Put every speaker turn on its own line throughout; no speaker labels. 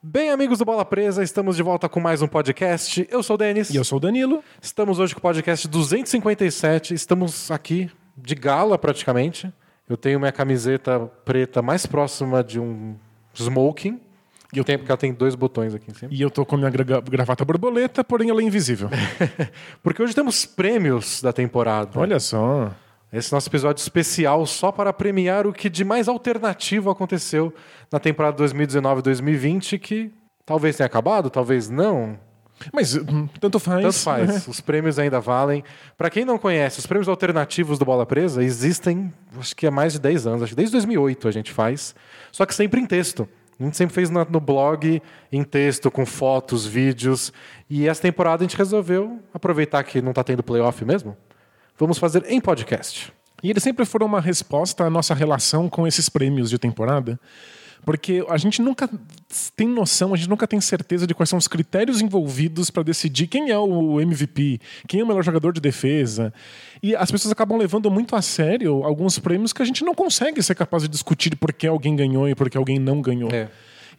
Bem, amigos do Bola Presa, estamos de volta com mais um podcast. Eu sou o Denis.
E eu sou o Danilo.
Estamos hoje com o podcast 257. Estamos aqui de gala praticamente. Eu tenho minha camiseta preta mais próxima de um smoking. E o tempo que ela tem dois botões aqui em cima.
E eu tô com a minha gra- gravata borboleta, porém ela é invisível.
Porque hoje temos prêmios da temporada.
Olha só.
Esse nosso episódio especial só para premiar o que de mais alternativo aconteceu na temporada 2019-2020, que talvez tenha acabado, talvez não.
Mas hum, tanto faz.
Tanto faz, os prêmios ainda valem. Para quem não conhece, os prêmios alternativos do Bola Presa existem, acho que há mais de 10 anos, acho que desde 2008 a gente faz, só que sempre em texto. A gente sempre fez na- no blog, em texto, com fotos, vídeos. E essa temporada a gente resolveu aproveitar que não está tendo playoff mesmo. Vamos fazer em podcast.
E eles sempre foram uma resposta à nossa relação com esses prêmios de temporada. Porque a gente nunca tem noção, a gente nunca tem certeza de quais são os critérios envolvidos para decidir quem é o MVP, quem é o melhor jogador de defesa. E as pessoas acabam levando muito a sério alguns prêmios que a gente não consegue ser capaz de discutir por que alguém ganhou e por que alguém não ganhou.
É.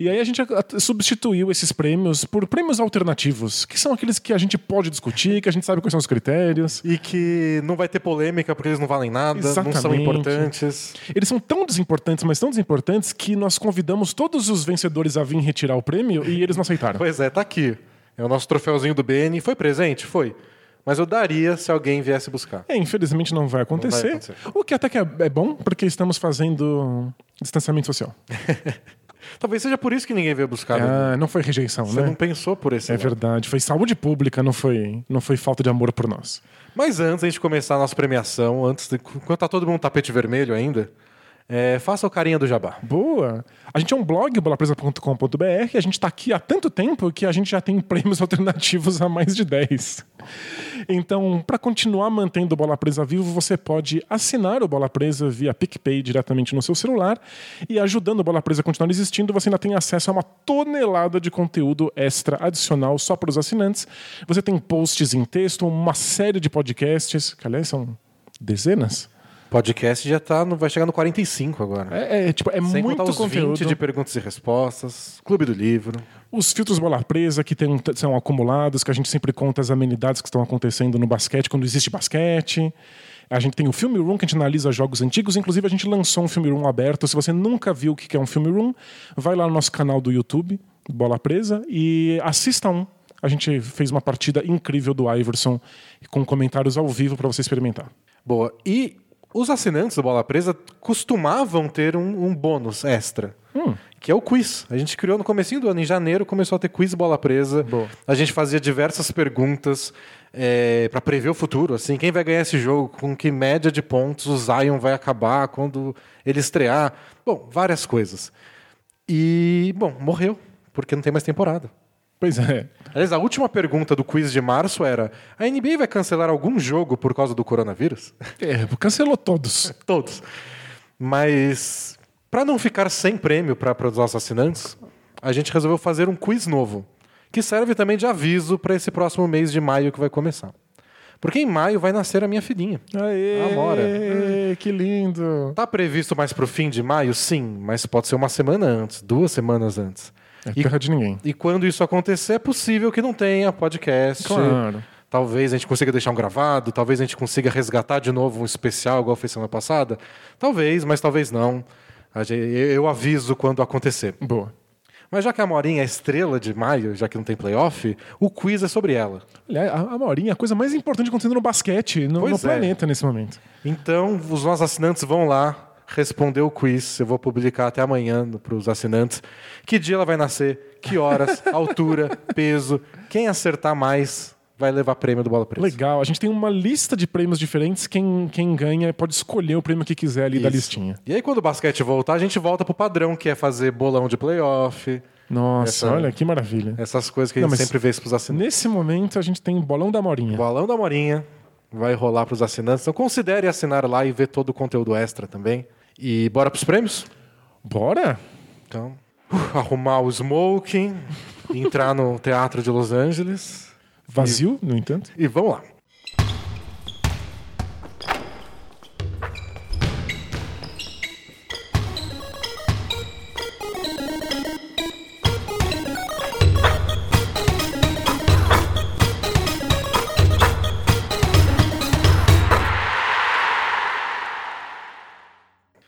E aí a gente a- substituiu esses prêmios por prêmios alternativos, que são aqueles que a gente pode discutir, que a gente sabe quais são os critérios.
E que não vai ter polêmica porque eles não valem nada, não são
Exatamente.
importantes.
Eles são tão desimportantes, mas tão desimportantes, que nós convidamos todos os vencedores a vir retirar o prêmio e eles não aceitaram.
Pois é, tá aqui. É o nosso troféuzinho do BN. Foi presente? Foi. Mas eu daria se alguém viesse buscar.
É, infelizmente não vai acontecer.
Não vai acontecer.
O que até que é, é bom, porque estamos fazendo distanciamento social.
Ah, Talvez seja por isso que ninguém veio buscar. né?
Ah, não foi rejeição,
Você
né?
não pensou por esse
É
lado.
verdade, foi saúde pública, não foi, não foi falta de amor por nós.
Mas antes, antes de começar a nossa premiação, antes de, enquanto tá todo mundo no tapete vermelho ainda, é, faça o carinha do jabá.
Boa! A gente é um blog, o bolapresa.com.br, e a gente está aqui há tanto tempo que a gente já tem prêmios alternativos a mais de 10. Então, para continuar mantendo o Bola Presa vivo, você pode assinar o Bola Presa via PicPay diretamente no seu celular e ajudando o Bola Presa a continuar existindo, você ainda tem acesso a uma tonelada de conteúdo extra adicional só para os assinantes. Você tem posts em texto, uma série de podcasts, que aliás são dezenas.
Podcast já tá no- vai chegar no 45 agora.
É, é, tipo, é
Sem
muito
contar os
conteúdo.
20 de perguntas e respostas, clube do livro.
Os filtros bola presa que tem- um são acumulados, que a gente sempre conta as amenidades que estão acontecendo no basquete quando existe basquete. A gente tem o Filme Room, que a gente analisa jogos antigos. Inclusive, a gente lançou um Filme Room aberto. Se você nunca viu o que é um Filme Room, vai lá no nosso canal do YouTube, Bola Presa, e assista um. A gente fez uma partida incrível do Iverson, com comentários ao vivo para você experimentar.
Boa. E os assinantes do Bola Presa costumavam ter um, um bônus extra.
Hum,
Que é o quiz. A gente criou no comecinho do ano, em janeiro, começou a ter quiz bola presa.
Boa.
A gente fazia diversas perguntas para prever o futuro, assim, quem vai ganhar esse jogo, com que média de pontos o Zion vai acabar, quando ele estrear. Bom, várias coisas. E, bom, morreu, porque não tem mais temporada.
Pois é.
Aliás, a última pergunta do quiz de março era: a NBA vai cancelar algum jogo por causa do coronavírus?
é cancelou todos.
Todos. Mas para não ficar sem prêmio para os nossos assinantes, a gente resolveu fazer um quiz novo, que serve também de aviso para esse próximo mês de maio que vai começar. Porque em maio vai nascer a minha filhinha.
Aê,
Amora.
que lindo.
Tá previsto mais pro fim de maio? Sim, mas pode ser uma semana antes, duas semanas antes.
É
E-
terra de ninguém.
E quando isso acontecer, é possível que não tenha podcast.
Claro.
Talvez a gente consiga deixar um gravado, talvez a gente consiga resgatar de novo um especial, igual fez semana passada. Talvez, mas talvez não. A gen- eu- Eu aviso quando acontecer.
Boa.
Mas já que a Morinha é estrela de maio, já que não tem playoff, o quiz é sobre ela.
Olha, a, a Maurinha é a coisa mais importante acontecendo no basquete, no,
Pois
no
é.
planeta nesse momento.
Então, os nossos assinantes vão lá responder o quiz. Eu vou publicar até amanhã para os assinantes. Que dia ela vai nascer, que horas, altura, peso. Quem acertar mais vai levar prêmio do Bola Presa.
Legal, a gente tem uma lista de prêmios diferentes. Quem, quem ganha pode escolher o prêmio que quiser ali da
Isso.
listinha.
E aí, quando o basquete voltar, a gente volta pro padrão, que é fazer bolão de playoff,
Nossa,
Essa-
olha que maravilha.
essas coisas que a
Não,
gente
mas-
sempre vê pros assinantes.
Nesse momento a gente tem bolão da Maurinha.
Bolão da Morinha vai rolar pros assinantes. Então, considere assinar lá e ver todo o conteúdo extra também. E bora pros prêmios?
Bora?
Então, uh, arrumar o smoking, entrar no Teatro de Los Angeles
Vazio, no entanto.
e vamos lá.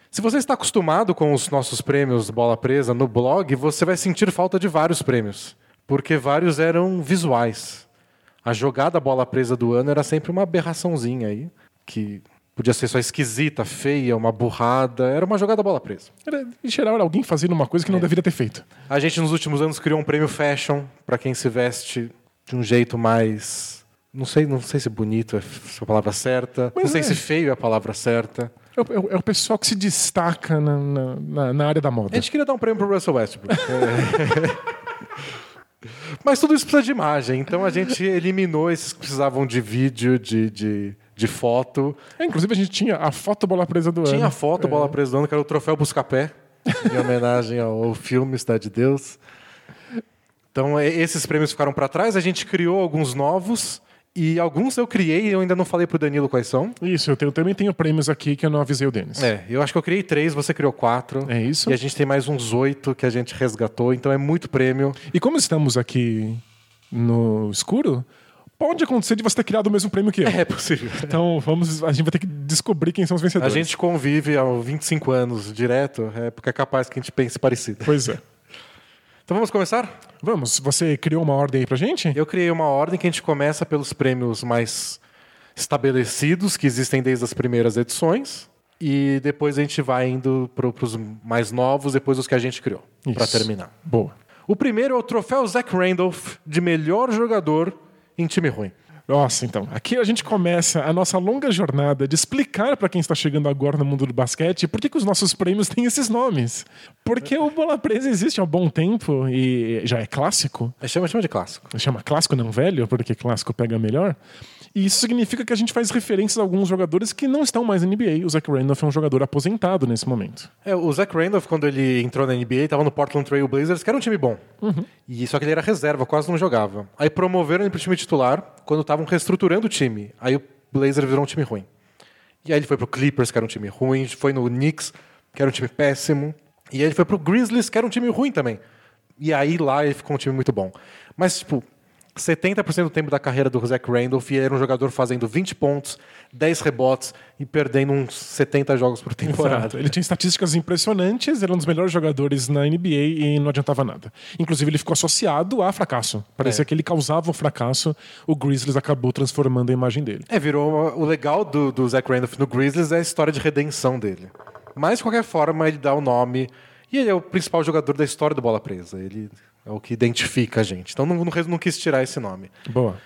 Se você está acostumado com os nossos prêmios Bola Presa no blog, você vai sentir falta de vários prêmios, porque vários eram visuais. A jogada Bola Presa do ano era sempre uma aberraçãozinha aí, que podia ser só esquisita, feia, uma burrada, era uma jogada Bola Presa.
Era, em geral, era alguém fazendo uma coisa que não
É.
deveria ter feito.
A gente nos últimos anos criou um prêmio fashion para quem se veste de um jeito mais não sei, não sei se bonito é a palavra certa,
Mas
não sei
é.
se feio é a palavra certa.
É o, é o- é o pessoal que se destaca na, na- na- na área da
A
moda.
gente queria dar um prêmio pro Russell Westbrook. É. Mas tudo isso precisa de imagem, então a gente eliminou esses que precisavam de vídeo, de, de, de foto.
É, inclusive, a gente tinha a foto bola presa do ano.
Tinha a foto, bola presa do ano, que era o troféu Buscapé, em homenagem ao filme Cidade de Deus. Então, e- esses prêmios ficaram para trás, a gente criou alguns novos, e alguns eu criei e eu ainda não falei pro Danilo quais são.
Isso, eu, tenho- eu também tenho prêmios aqui que eu não avisei o Denis.
É, eu acho que eu criei três, você criou quatro.
É isso.
E a gente tem mais uns oito que a gente resgatou, então é muito prêmio.
E como estamos aqui no escuro, pode acontecer de você ter criado o mesmo prêmio que eu.
É possível.
Então vamos, a gente vai ter que descobrir quem são
A
os vencedores.
gente convive há 25 anos direto, é porque é capaz que a gente pense parecido.
Pois é.
Então vamos começar?
Vamos, você criou uma ordem aí pra gente?
Eu criei uma ordem que a gente começa pelos prêmios mais estabelecidos, que existem desde as primeiras edições, e depois a gente vai indo para os mais novos, depois os que a gente criou, para
Isso.
terminar.
Boa.
O primeiro é o troféu Zach Randolph de melhor jogador em time ruim.
Nossa, então, aqui a gente começa a nossa longa jornada de explicar pra quem está chegando agora no mundo do basquete por que, que os nossos prêmios têm esses nomes. Porque o Bola Presa existe há um bom tempo e já é clássico.
Chama, chama de clássico.
Chama clássico, não velho, porque clássico pega melhor. E isso significa que a gente faz referências a alguns jogadores que não estão mais na NBA. O Zach Randolph é um jogador aposentado nesse momento.
É, o Zach Randolph, quando ele entrou na NBA, estava no Portland Trail Blazers, que era um time bom. E só que ele era reserva, quase não jogava. Aí promoveram ele para o time titular quando estavam reestruturando o time. Aí o Blazer virou um time ruim. E aí ele foi pro Clippers, que era um time ruim, foi no Knicks, que era um time péssimo. E aí ele foi pro Grizzlies, que era um time ruim também. E aí lá ele ficou um time muito bom. Mas, tipo, 70% do tempo da carreira do Zach Randolph ele era um jogador fazendo 20 pontos, 10 rebotes e perdendo uns 70 jogos por temporada.
Exato. Ele tinha estatísticas impressionantes, era um dos melhores jogadores na NBA e não adiantava nada. Inclusive, ele ficou associado a fracasso. Parecia
É.
que ele causava o fracasso, o Grizzlies acabou transformando a imagem dele.
É, virou. uma- O legal do, do Zach Randolph no Grizzlies é a história de redenção dele. Mas, de qualquer forma, ele dá o nome. E ele é o principal jogador da história do Bola Presa. Ele é o que identifica a gente. Então, não, não, não quis tirar esse nome.
Boa.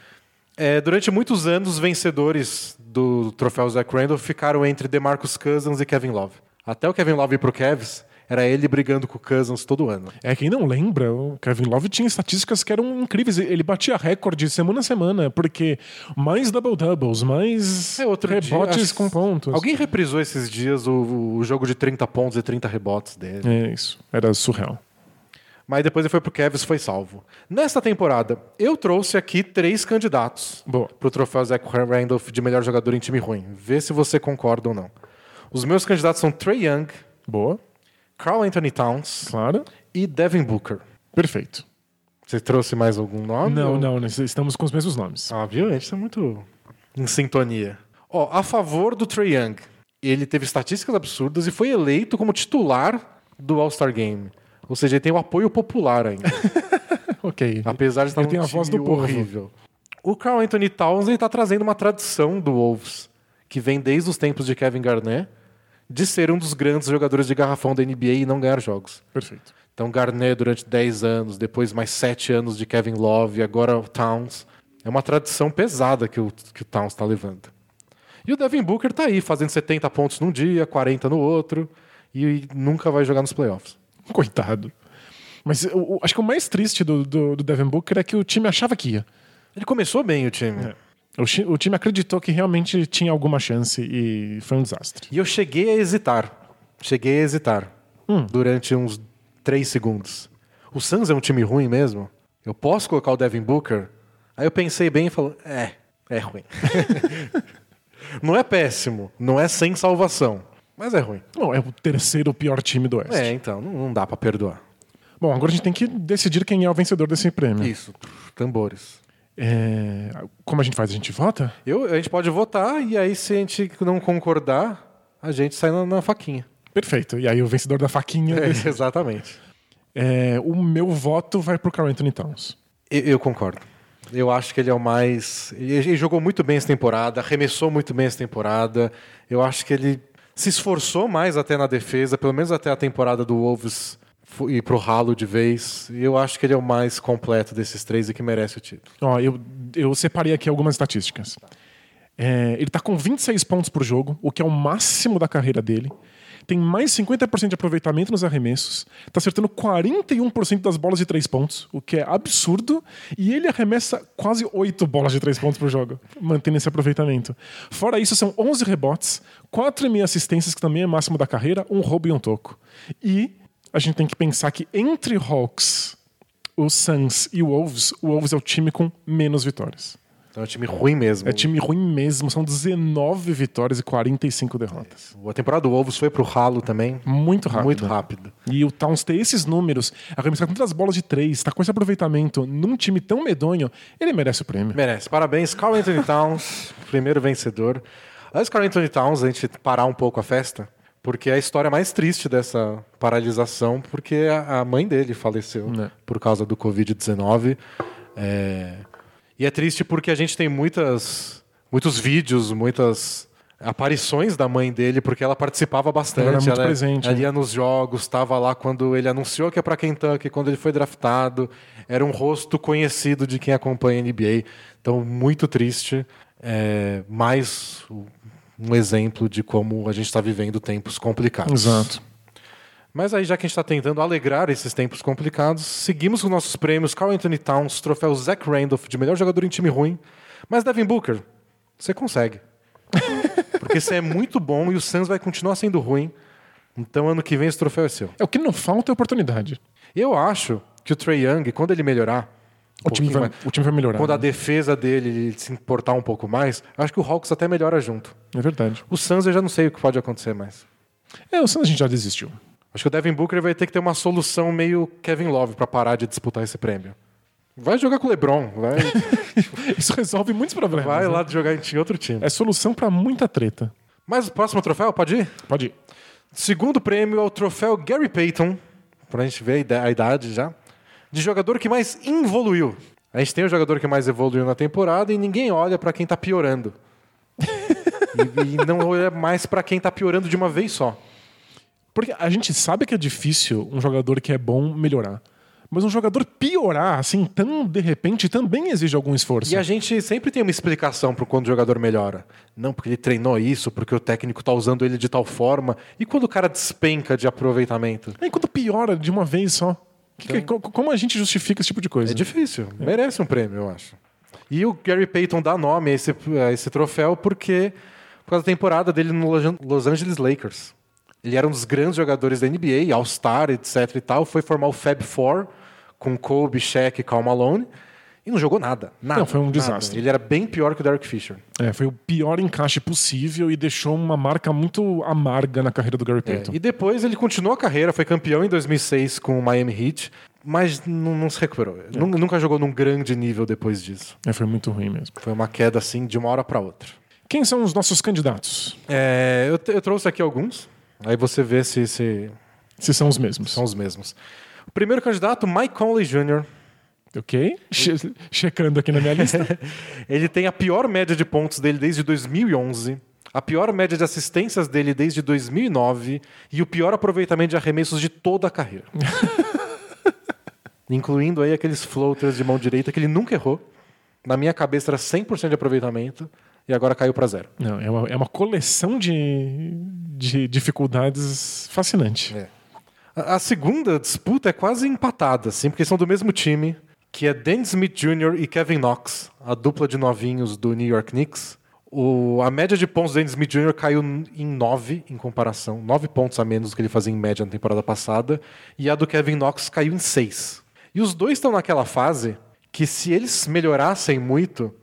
É, durante muitos anos, os vencedores do troféu Zach Randolph ficaram entre DeMarcus Cousins e Kevin Love. Até o Kevin Love ir pro Cavs, era ele brigando com o Cousins todo ano.
É, quem não lembra, o Kevin Love tinha estatísticas que eram incríveis. Ele batia recorde semana a semana, porque mais double-doubles, mais
É, outro dia,
rebotes
acho que
com pontos.
Alguém reprisou esses dias o, o jogo de 30 pontos e 30 rebotes dele.
É isso, era surreal.
Mas depois ele foi pro Cavs e foi salvo. Nesta temporada, eu trouxe aqui três candidatos
Boa.
pro troféu Zach Randolph de melhor jogador em time ruim. Vê se você concorda ou não. Os meus candidatos são Trey Young,
Boa,
Carl Anthony Towns
claro.
e Devin Booker.
Perfeito.
Você trouxe mais algum nome?
Não,
Ou-
não, nós estamos com os mesmos nomes.
Ah, viu? A gente tá muito em sintonia. Ó, a favor do Trey Young. Ele teve estatísticas absurdas e foi eleito como titular do All-Star Game. Ou seja, ele tem o apoio popular ainda. Ah,
Ok.
Apesar de estar
Ele tem
num
a voz
time
do povo.
horrível. O Carl Anthony Towns ele tá trazendo uma tradição do Wolves, que vem desde os tempos de Kevin Garnett, de ser um dos grandes jogadores de garrafão da NBA e não ganhar jogos.
Perfeito.
Então Garnett durante 10 anos, depois mais 7 anos de Kevin Love, agora o Towns. É uma tradição pesada que o, que o Towns está levando. E o Devin Booker tá aí, fazendo 70 pontos num dia, 40 no outro, e nunca vai jogar nos playoffs.
Coitado. Mas eu, eu acho que o mais triste do, do, do Devin Booker é que o time achava que ia.
Ele começou bem o time.
É. O, chi- o time acreditou que realmente tinha alguma chance e foi um desastre.
E eu cheguei a hesitar. Cheguei a hesitar. Durante uns três segundos. O Suns é um time ruim mesmo? Eu posso colocar o Devin Booker? Aí eu pensei bem e falei, é, é ruim. não é péssimo, não é sem salvação, mas é ruim.
Bom, é o terceiro pior time do Oeste.
É, então, não, não dá pra perdoar.
Bom, agora a gente tem que decidir quem é o vencedor desse prêmio.
Isso, tambores.
É, como a gente faz? A gente vota?
Eu, a gente pode votar e aí se a gente não concordar, a gente sai na, na faquinha.
Perfeito. E aí o vencedor da faquinha.
É,
desse-
exatamente.
É, o meu voto vai pro Carl Anthony Towns.
Eu, eu concordo. Eu acho que ele é o mais. Ele ele jogou muito bem essa temporada, arremessou muito bem essa temporada. Eu acho que ele se esforçou mais até na defesa, pelo menos até a temporada do Wolves fu- ir pro ralo de vez. E eu acho que ele é o mais completo desses três e que merece o título.
Ó, eu, eu separei aqui algumas estatísticas. É, ele tá com 26 pontos por jogo, o que é o máximo da carreira dele. Tem mais 50% de aproveitamento nos arremessos. Tá acertando 41% das bolas de três pontos, o que é absurdo. E ele arremessa quase 8 bolas de três pontos por jogo, mantendo esse aproveitamento. Fora isso, são 11 rebotes, 4,5 assistências, que também é máximo da carreira, um roubo e um toco. E a gente tem que pensar que entre Hawks, o Suns e o Wolves, o Wolves é o time com menos vitórias.
Então é um time ruim mesmo.
É time ruim mesmo, são 19 vitórias e 45 derrotas.
A temporada do Wolves foi pro ralo também.
Muito rápido.
Muito rápido.
E o Towns ter esses números, arremessar com tantas bolas de três, tá com esse aproveitamento num time tão medonho, ele merece o prêmio.
Merece. Parabéns, Carl Anthony Towns, primeiro vencedor. Antes do Carl Anthony Towns, a gente parar um pouco a festa, porque é a história mais triste dessa paralisação, porque a a mãe dele faleceu
Né.
por causa do Covid-19. É, E é triste porque a gente tem muitas, muitos vídeos, muitas aparições da mãe dele, porque ela participava bastante.
Ela era muito presente,
ela é
né?
ia nos jogos, estava lá quando ele anunciou que é para Kentucky, quando ele foi draftado, era um rosto conhecido de quem acompanha a NBA. Então, muito triste. É, mais o- um exemplo de como a gente está vivendo tempos complicados.
Exato.
Mas aí, já que a gente está tentando alegrar esses tempos complicados, seguimos com nossos prêmios Carl Anthony Towns, troféu Zach Randolph de melhor jogador em time ruim. Mas Devin Booker, você consegue. Porque você é muito bom e o Suns vai continuar sendo ruim. Então, ano que vem, esse troféu é seu.
É, o que não falta é oportunidade.
Eu acho que o Trey Young, quando ele melhorar, um
O time,
pouquinho
vai,
mais,
o time vai melhorar. né?
quando a defesa dele se importar um pouco mais, acho que o Hawks até melhora junto.
É verdade.
O Suns eu já não sei o que pode acontecer mais.
É, o Santos a gente já desistiu.
Acho que o Devin Booker vai ter que ter uma solução meio Kevin Love pra parar de disputar esse prêmio. Vai jogar com o LeBron, vai,
Isso resolve muitos problemas.
vai
né?
lá jogar em outro time.
É solução pra muita treta.
Mas o próximo troféu, pode ir?
Pode ir.
Segundo prêmio é o troféu Gary Payton, pra gente ver a ida- a idade já, de jogador que mais evoluiu. A gente tem o jogador que mais evoluiu na temporada e ninguém olha pra quem tá piorando. e, e não olha mais pra quem tá piorando de uma vez só.
Porque a gente sabe que é difícil um jogador que é bom melhorar. Mas um jogador piorar, assim, tão de repente, também exige algum esforço.
E a gente sempre tem uma explicação para quando o jogador melhora. Não porque ele treinou isso, porque o técnico tá usando ele de tal forma. E quando o cara despenca de aproveitamento?
Aí quando É, piora de uma vez só. que- que- co- como a gente justifica esse tipo de coisa?
Então- É difícil. Merece um prêmio, eu acho. E o Gary Payton dá nome a esse, a esse troféu porque por causa da temporada dele no Los- Los Angeles Lakers. Ele era um dos grandes jogadores da NBA, All-Star, etc e tal. Foi formar o Fab Four com Kobe, Shaq e Karl Malone. E não jogou nada. nada
Não, foi um
nada.
desastre.
Ele era bem pior que o Derek Fisher.
É, foi o pior encaixe possível e deixou uma marca muito amarga na carreira do Gary
É,
Payton.
e depois ele continuou a carreira, foi campeão em 2006 com o Miami Heat, mas não, não se recuperou. Nun- Nunca jogou num grande nível depois disso.
É, foi muito ruim mesmo.
Foi uma queda assim de uma hora para outra.
Quem são os nossos candidatos?
É, eu, te- eu trouxe aqui alguns, aí você vê se, se
Se são os mesmos.
são os mesmos. O primeiro candidato, Mike Conley Jr.,
Ok? Che- checando aqui na minha lista.
ele tem a pior média de pontos dele desde 2011. A pior média de assistências dele desde 2009 e o pior aproveitamento de arremessos de toda a carreira. Incluindo aí aqueles floaters de mão direita que ele nunca errou. Na minha cabeça era 100% de aproveitamento e agora caiu para zero.
Não, é uma, é uma coleção de, de dificuldades fascinante.
É. A a segunda disputa é quase empatada, assim, porque são do mesmo time, que é Dan Smith Jr. e Kevin Knox, a dupla de novinhos do New York Knicks. O- a média de pontos do Dan Smith Jr. caiu n- em 9 em comparação, 9 pontos a menos do que ele fazia em média na temporada passada, e a do Kevin Knox caiu em 6. E os dois estão naquela fase que se eles melhorassem muito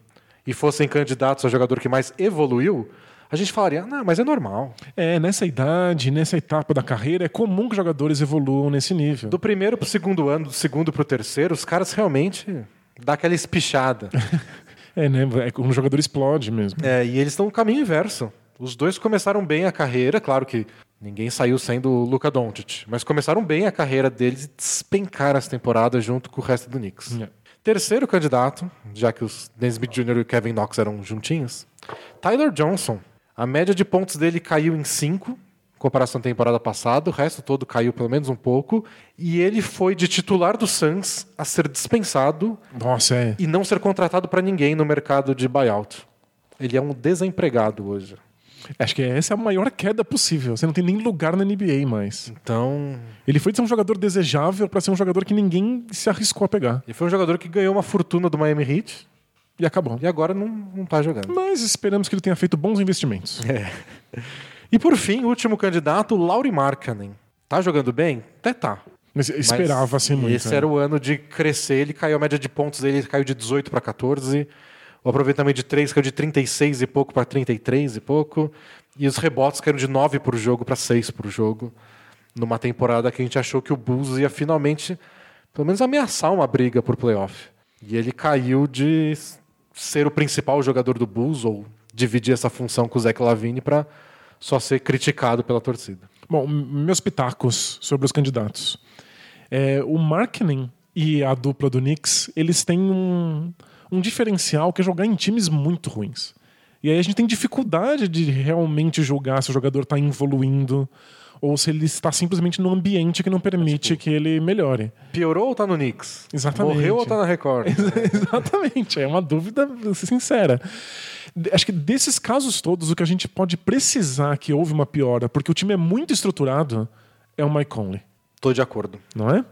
e fossem candidatos ao jogador que mais evoluiu, a gente falaria, não, mas é normal.
É, nessa idade, nessa etapa da carreira, é comum que jogadores evoluam nesse nível.
Do primeiro pro segundo ano, do segundo pro terceiro, os caras realmente dá aquela espichada.
É, né? É quando o jogador explode mesmo.
É, e eles estão no caminho inverso. Os dois começaram bem a carreira, claro que Ninguém saiu sendo o Luka Doncic, mas começaram bem a carreira deles e despencaram essa temporada junto com o resto do Knicks.
Yeah.
Terceiro candidato, já que os Dennis Smith Jr. e o Kevin Knox eram juntinhos, Tyler Johnson. A média de pontos dele caiu em 5, em comparação à temporada passada, o resto todo caiu pelo menos um pouco, e ele foi de titular do Suns a ser dispensado
Nossa, é.
e não ser contratado para ninguém no mercado de buyout. Ele é um desempregado hoje.
Acho que essa é a maior queda possível. Você não tem nem lugar na NBA mais.
Então,
Ele foi de ser um jogador desejável pra ser um jogador que ninguém se arriscou a pegar.
ele foi um jogador que ganhou uma fortuna do Miami Heat
E acabou.
e agora não, não tá jogando.
Mas esperamos que ele tenha feito bons investimentos.
E por fim, último candidato, Lauri Markkanen. Tá jogando bem? Até tá.
Mas
Mas
esperava ser muito.
Esse
né?
era o ano de crescer, ele caiu a média de pontos dele, caiu de 18 para 14. O aproveitamento de 3 caiu de 36 e pouco para 33 e pouco. E os rebotes caíram de 9 por jogo para 6 por jogo. Numa temporada que a gente achou que o Bulls ia finalmente, pelo menos, ameaçar uma briga por playoff. E ele caiu de s- ser o principal jogador do Bulls, ou dividir essa função com o Zach Lavine, para só ser criticado pela torcida.
Bom, m- meus pitacos sobre os candidatos. É, o Markkinen e a dupla do Knicks, eles têm um, um diferencial que é jogar em times muito ruins. E aí a gente tem dificuldade de realmente julgar se o jogador está evoluindo ou se ele está simplesmente num ambiente que não permite que ele melhore.
Piorou ou tá no Knicks?
Exatamente.
Morreu ou tá na Record?
Exatamente, é uma dúvida sincera. De- Acho que desses casos todos, o que a gente pode precisar que houve uma piora, porque o time é muito estruturado, é o Mike Conley,
Tô de acordo.
não é?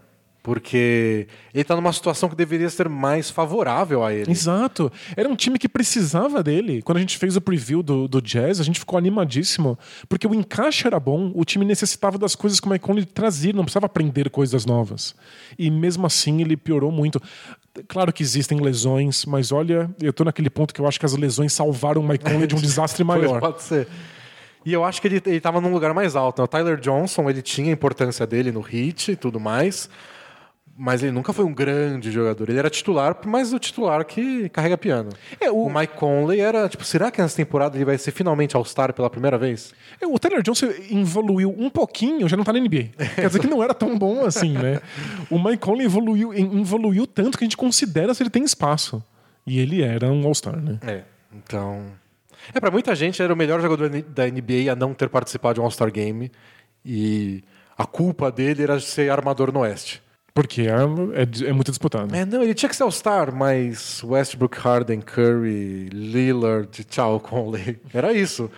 Porque ele tá numa situação que deveria ser mais favorável a ele.
Exato. Era um time que precisava dele. Quando a gente fez o preview do, do Jazz, a gente ficou animadíssimo, porque o encaixe era bom, o time necessitava das coisas que o Mike Conley trazia, ele não precisava aprender coisas novas. E mesmo assim ele piorou muito. Claro que existem lesões, mas olha, eu tô naquele ponto que eu acho que as lesões salvaram o Mike Conley de um desastre maior.
Pode ser. E eu acho que ele, ele tava num lugar mais alto. né? O Tyler Johnson, ele tinha a importância dele no hit e tudo mais. Mas ele nunca foi um grande jogador. Ele era titular, mas o titular que carrega piano.
É, o-
o Mike Conley era, tipo, será que nessa temporada ele vai ser finalmente All-Star pela primeira vez?
É, O Tyler Johnson evoluiu um pouquinho, já não tá na NBA.
É.
Quer dizer que não era tão bom assim, né? O Mike Conley evoluiu, em- evoluiu tanto que a gente considera se ele tem espaço. E ele era um All-Star, né?
É. Então. É, pra muita gente era o melhor jogador N- da NBA a não ter participado de um All-Star Game. E a culpa dele era ser armador no Oeste.
Porque é, é- é muito disputado.
É, não, ele tinha que ser All-Star, mas Westbrook, Harden, Curry, Lillard, tchau, Conley. Era isso.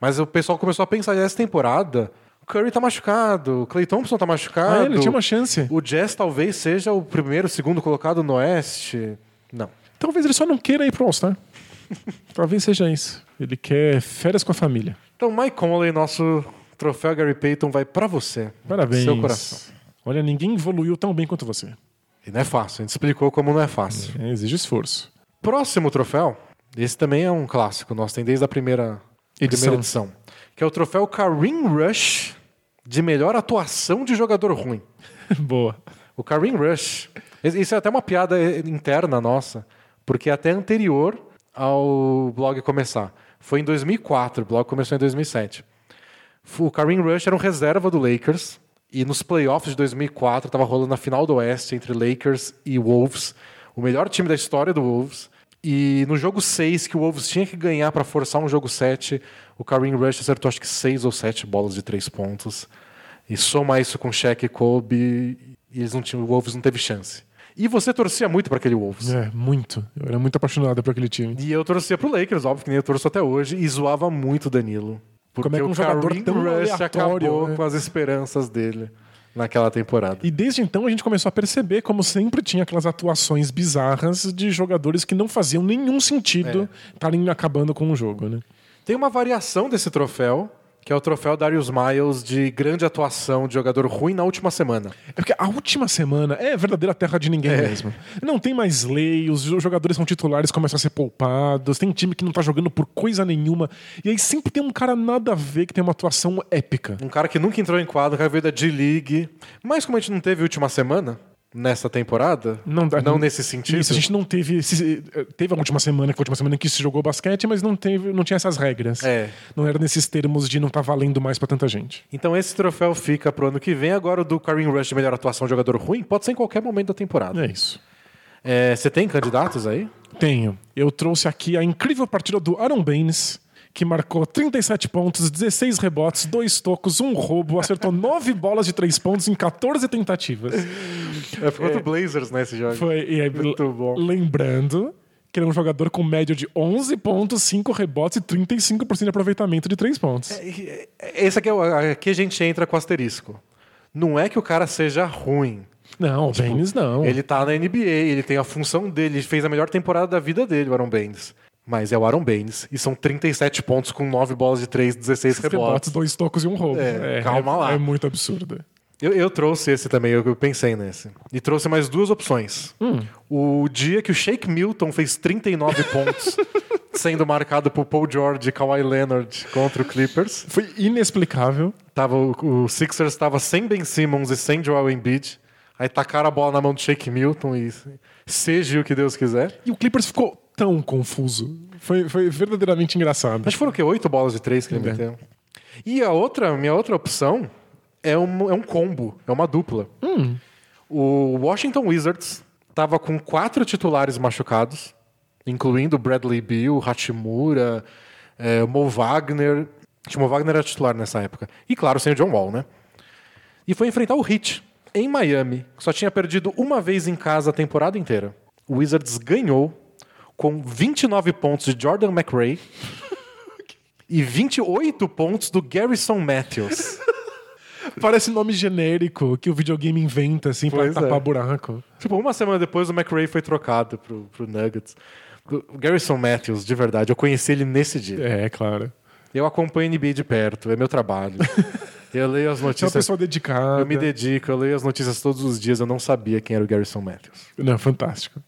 Mas o pessoal começou a pensar, essa temporada, o Curry tá machucado, o Clay Thompson tá machucado.
Ah, ele tinha uma chance.
O Jazz talvez seja o primeiro, segundo colocado no Oeste. Não.
Talvez ele só não queira ir pro All-Star. Talvez seja isso. Ele quer férias com a família.
Então, Mike Conley, nosso troféu Gary Payton, vai pra você.
Parabéns.
Seu coração.
Olha, ninguém evoluiu tão bem quanto você.
E não é fácil, a gente explicou como não é fácil.
É, exige esforço.
Próximo troféu, esse também é um clássico, nós tem desde a primeira
Edição.
primeira edição que é o troféu Kareem Rush de melhor atuação de jogador ruim.
Boa.
O Kareem Rush, es- isso é até uma piada eh, interna nossa, porque é até anterior ao blog começar. Foi em 2004, o blog começou em 2007. F- O Kareem Rush era um reserva do Lakers e nos playoffs de 2004 estava rolando a final do Oeste entre Lakers e Wolves, o melhor time da história do Wolves. E no jogo 6, que o Wolves tinha que ganhar para forçar um jogo 7, o Kareem Rush acertou acho que 6 ou 7 bolas de 3 pontos. E soma isso com Shaq e Kobe, e eles não tinham, o Wolves não teve chance. E você torcia muito para aquele Wolves.
É, muito. Eu era muito apaixonado por aquele time.
E eu torcia pro Lakers, óbvio que nem eu torço até hoje, e zoava muito o Danilo. Porque
Como é que um
o
jogador
Kareem
tão
Rush
aleatório,
acabou
né?
com as esperanças dele naquela temporada.
E desde então a gente começou a perceber como sempre tinha aquelas atuações bizarras de jogadores que não faziam nenhum sentido estarem acabando com o jogo, né?
Tem uma variação desse troféu, que é o troféu Darius Miles de grande atuação de jogador ruim na última semana.
É porque a última semana é verdadeira terra de ninguém mesmo. Não tem mais lei, os jo- jogadores são titulares, começam a ser poupados, tem time que não tá jogando por coisa nenhuma. E aí sempre tem um cara nada a ver que tem uma atuação épica.
Um cara que nunca entrou em quadro, um cara que veio da D-League. Mas como a gente não teve última semana, nessa temporada?
Não dá-
Não nesse sentido?
Isso, a gente não teve. esse- Teve a última semana, que foi a última semana que se jogou basquete, mas não, teve, não tinha essas regras.
É.
Não era nesses termos de não tá valendo mais pra tanta gente.
Então esse troféu fica pro ano que vem. Agora o do Kareem Rush de melhor atuação de jogador ruim pode ser em qualquer momento da temporada.
É isso.
É, Você tem candidatos aí?
Tenho. Eu trouxe aqui a incrível partida do Aaron Baines, que marcou 37 pontos, 16 rebotes, 2 tocos, 1 roubo, acertou 9 bolas de 3 pontos em 14 tentativas.
É, foi contra o Blazers, né, esse jogo.
Foi, e aí,
Muito bom.
Lembrando que ele é um jogador com média de 11 pontos, 5 rebotes e 35% de aproveitamento de 3 pontos.
É, Esse aqui é o, aqui a gente entra com asterisco. Não é que o cara seja ruim.
Não, o Baines não.
tipo, Ele tá na NBA, ele tem a função dele, ele fez a melhor temporada da vida dele, o Aaron Baines. Mas é o Aaron Baines, e são 37 pontos com 9 bolas de 3, 16 rebotes.
rebotes, dois tocos e um roubo.
É, calma lá.
É muito absurdo.
Eu, eu trouxe esse também, eu, eu pensei nesse. E trouxe mais duas opções.
Hum.
O dia que o Shake Milton fez 39 pontos, sendo marcado por Paul George e Kawhi Leonard contra o Clippers.
Foi inexplicável.
Tava, o, o Sixers estava sem Ben Simmons e sem Joel Embiid. Aí tacaram a bola na mão do Shake Milton e seja o que Deus quiser.
E o Clippers ficou tão confuso. Foi, foi verdadeiramente engraçado.
Acho que foram o quê? Oito bolas de três que ele meteu. E a outra, minha outra opção é um, é um combo, é uma dupla. O Washington Wizards tava com quatro titulares machucados, incluindo o Bradley Beal, Hachimura, eh, o Mo Wagner. Acho que o Mo Wagner era titular nessa época. E claro, sem o John Wall, né? E foi enfrentar o Heat em Miami, que só tinha perdido uma vez em casa a temporada inteira. O Wizards ganhou com 29 pontos de Jordan McRae e 28 pontos do Garrison Matthews.
Parece nome genérico que o videogame inventa, assim, pra
Pois é.
tapar buraco.
tipo, uma semana depois o McRae foi trocado pro, pro Nuggets. O Garrison Matthews, de verdade, eu conheci ele nesse dia.
É, claro.
Eu acompanho a NBA de perto, é meu trabalho. eu leio as
Você é uma
notícias,
pessoa dedicada.
eu me dedico, eu leio as notícias todos os dias, eu não sabia quem era o Garrison Matthews.
Não, fantástico.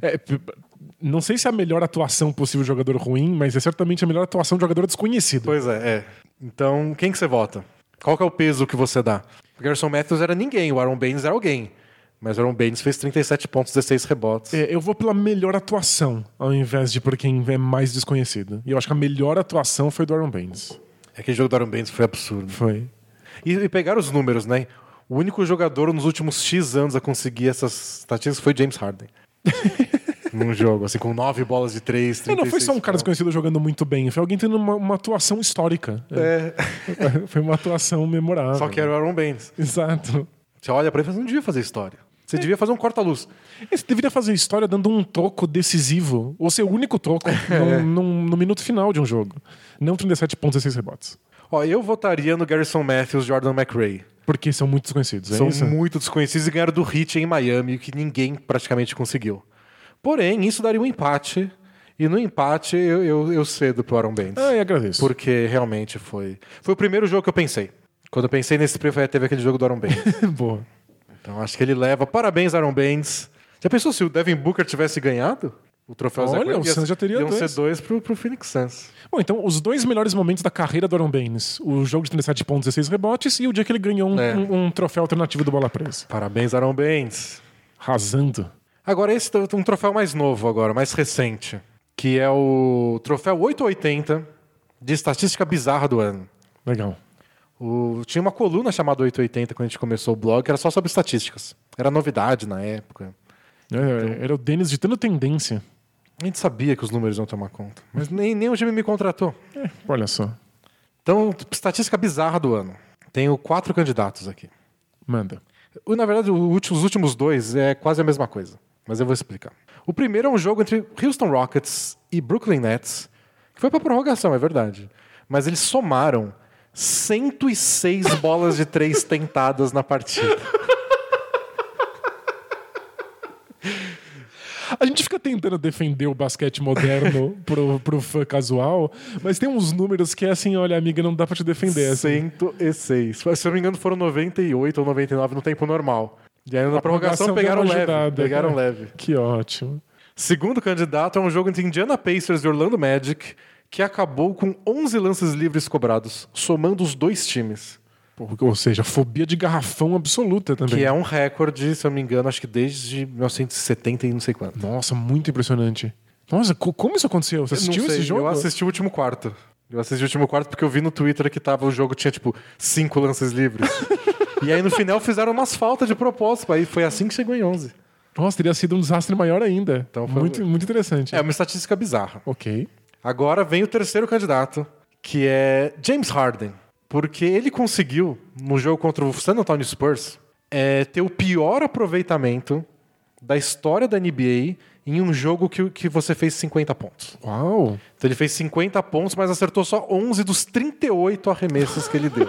É, p- não sei se é a melhor atuação possível de jogador ruim, mas é certamente a melhor atuação de jogador desconhecido.
Pois é, é. Então, quem que você vota? Qual que é o peso que você dá? O Garrison Matthews era ninguém, o Aaron Baines era alguém. Mas o Aaron Baines fez 37 pontos, 16 rebotes.
É, eu vou pela melhor atuação, ao invés de por quem é mais desconhecido. E eu acho que a melhor atuação foi do Aaron Baines.
Aquele jogo do Aaron Baines foi absurdo.
Foi.
E, e pegar os números, né? O único jogador nos últimos X anos a conseguir essas estatísticas foi James Harden. Num jogo, assim, com nove bolas de três,
É, não foi só
36
um cara desconhecido jogando muito bem, foi alguém tendo uma, uma atuação histórica.
É,
É, foi uma atuação memorável.
só que era o Aaron Baines.
Exato.
Você olha pra ele e fala, "Você não devia fazer história. Você devia fazer um corta-luz.
E É, Você deveria fazer história dando um toco decisivo, ou seu único toco,
É.
num- num- no minuto final de um jogo. Não 37 pontos e 6 rebotes.
Ó, eu votaria no Garrison Matthews, Jordan McRae.
Porque são muito desconhecidos, é
São
isso?
muito desconhecidos e ganharam do Heat em Miami, que ninguém praticamente conseguiu. Porém, isso daria um empate. E no empate, eu, eu, eu cedo pro Aaron Baines.
Ah, e agradeço.
Porque realmente foi. Foi o primeiro jogo que eu pensei. Quando eu pensei nesse prêmio, teve aquele jogo do Aaron Baines.
Boa.
então acho que ele leva. Parabéns, Aaron Baines. Já pensou se o Devin Booker tivesse ganhado? O troféu Zach
Olha,
Randolph?
o
Ia-
Suns já teria
iam
dois.
ser dois pro, pro Phoenix Suns.
Bom, então, os dois melhores momentos da carreira do Aaron Baines: o jogo de 37 pontos e 6 rebotes e o dia que ele ganhou um,
É.
um- um troféu alternativo do Bola Presa.
Parabéns, Aaron Baines.
Arrasando.
Agora, esse é um troféu mais novo agora, mais recente. Que é o troféu 880 de estatística bizarra do ano.
Legal.
O- tinha uma coluna chamada 880 quando a gente começou o blog, que era só sobre estatísticas. Era novidade na época.
É,
Então-
Era o Denis ditando tendência.
A gente sabia que os números iam tomar conta. Mas nem, nem o Jimmy me contratou.
É, olha só.
Então, estatística bizarra do ano. Tenho quatro candidatos aqui.
Manda.
O- Na verdade, o último- os últimos dois é quase a mesma coisa. Mas eu vou explicar. O primeiro é um jogo entre Houston Rockets e Brooklyn Nets, que foi pra prorrogação, é verdade. Mas eles somaram 106 bolas de três tentadas na partida.
A gente fica tentando defender o basquete moderno pro, pro fã casual, mas tem uns números que é assim: olha, amiga, não dá pra te defender. assim.
106. Se eu não me engano, foram 98 ou 99 no tempo normal. E aí na prorrogação,
prorrogação deu
pegaram
uma
leve.
ajudada. né?"
Pegaram leve.
Que ótimo.
Segundo candidato é um jogo entre Indiana Pacers e Orlando Magic, que acabou com 11 lances livres cobrados, somando os dois times.
Pô, Ou seja, fobia de garrafão absoluta também.
Que é um recorde, se eu não me engano, acho que desde 1970 e não sei quanto.
Nossa, muito impressionante. Nossa, co- como isso aconteceu? Você
Eu não
assistiu
sei,
esse jogo?
Eu assisti o último quarto. Eu assisti o último quarto porque eu vi no Twitter que tava, o jogo tinha, tipo, cinco lances livres. e aí no final fizeram umas faltas de propósito. Aí foi assim que chegou em 11.
Nossa, teria sido um desastre maior ainda.
Então foi-
muito, muito interessante.
É uma estatística bizarra.
Ok.
Agora vem o terceiro candidato, que é James Harden. Porque ele conseguiu, no jogo contra o San Antonio Spurs, é, ter o pior aproveitamento da história da NBA em um jogo que, que você fez 50 pontos.
Uau.
Então ele fez 50 pontos, mas acertou só 11 dos 38 arremessos que ele deu.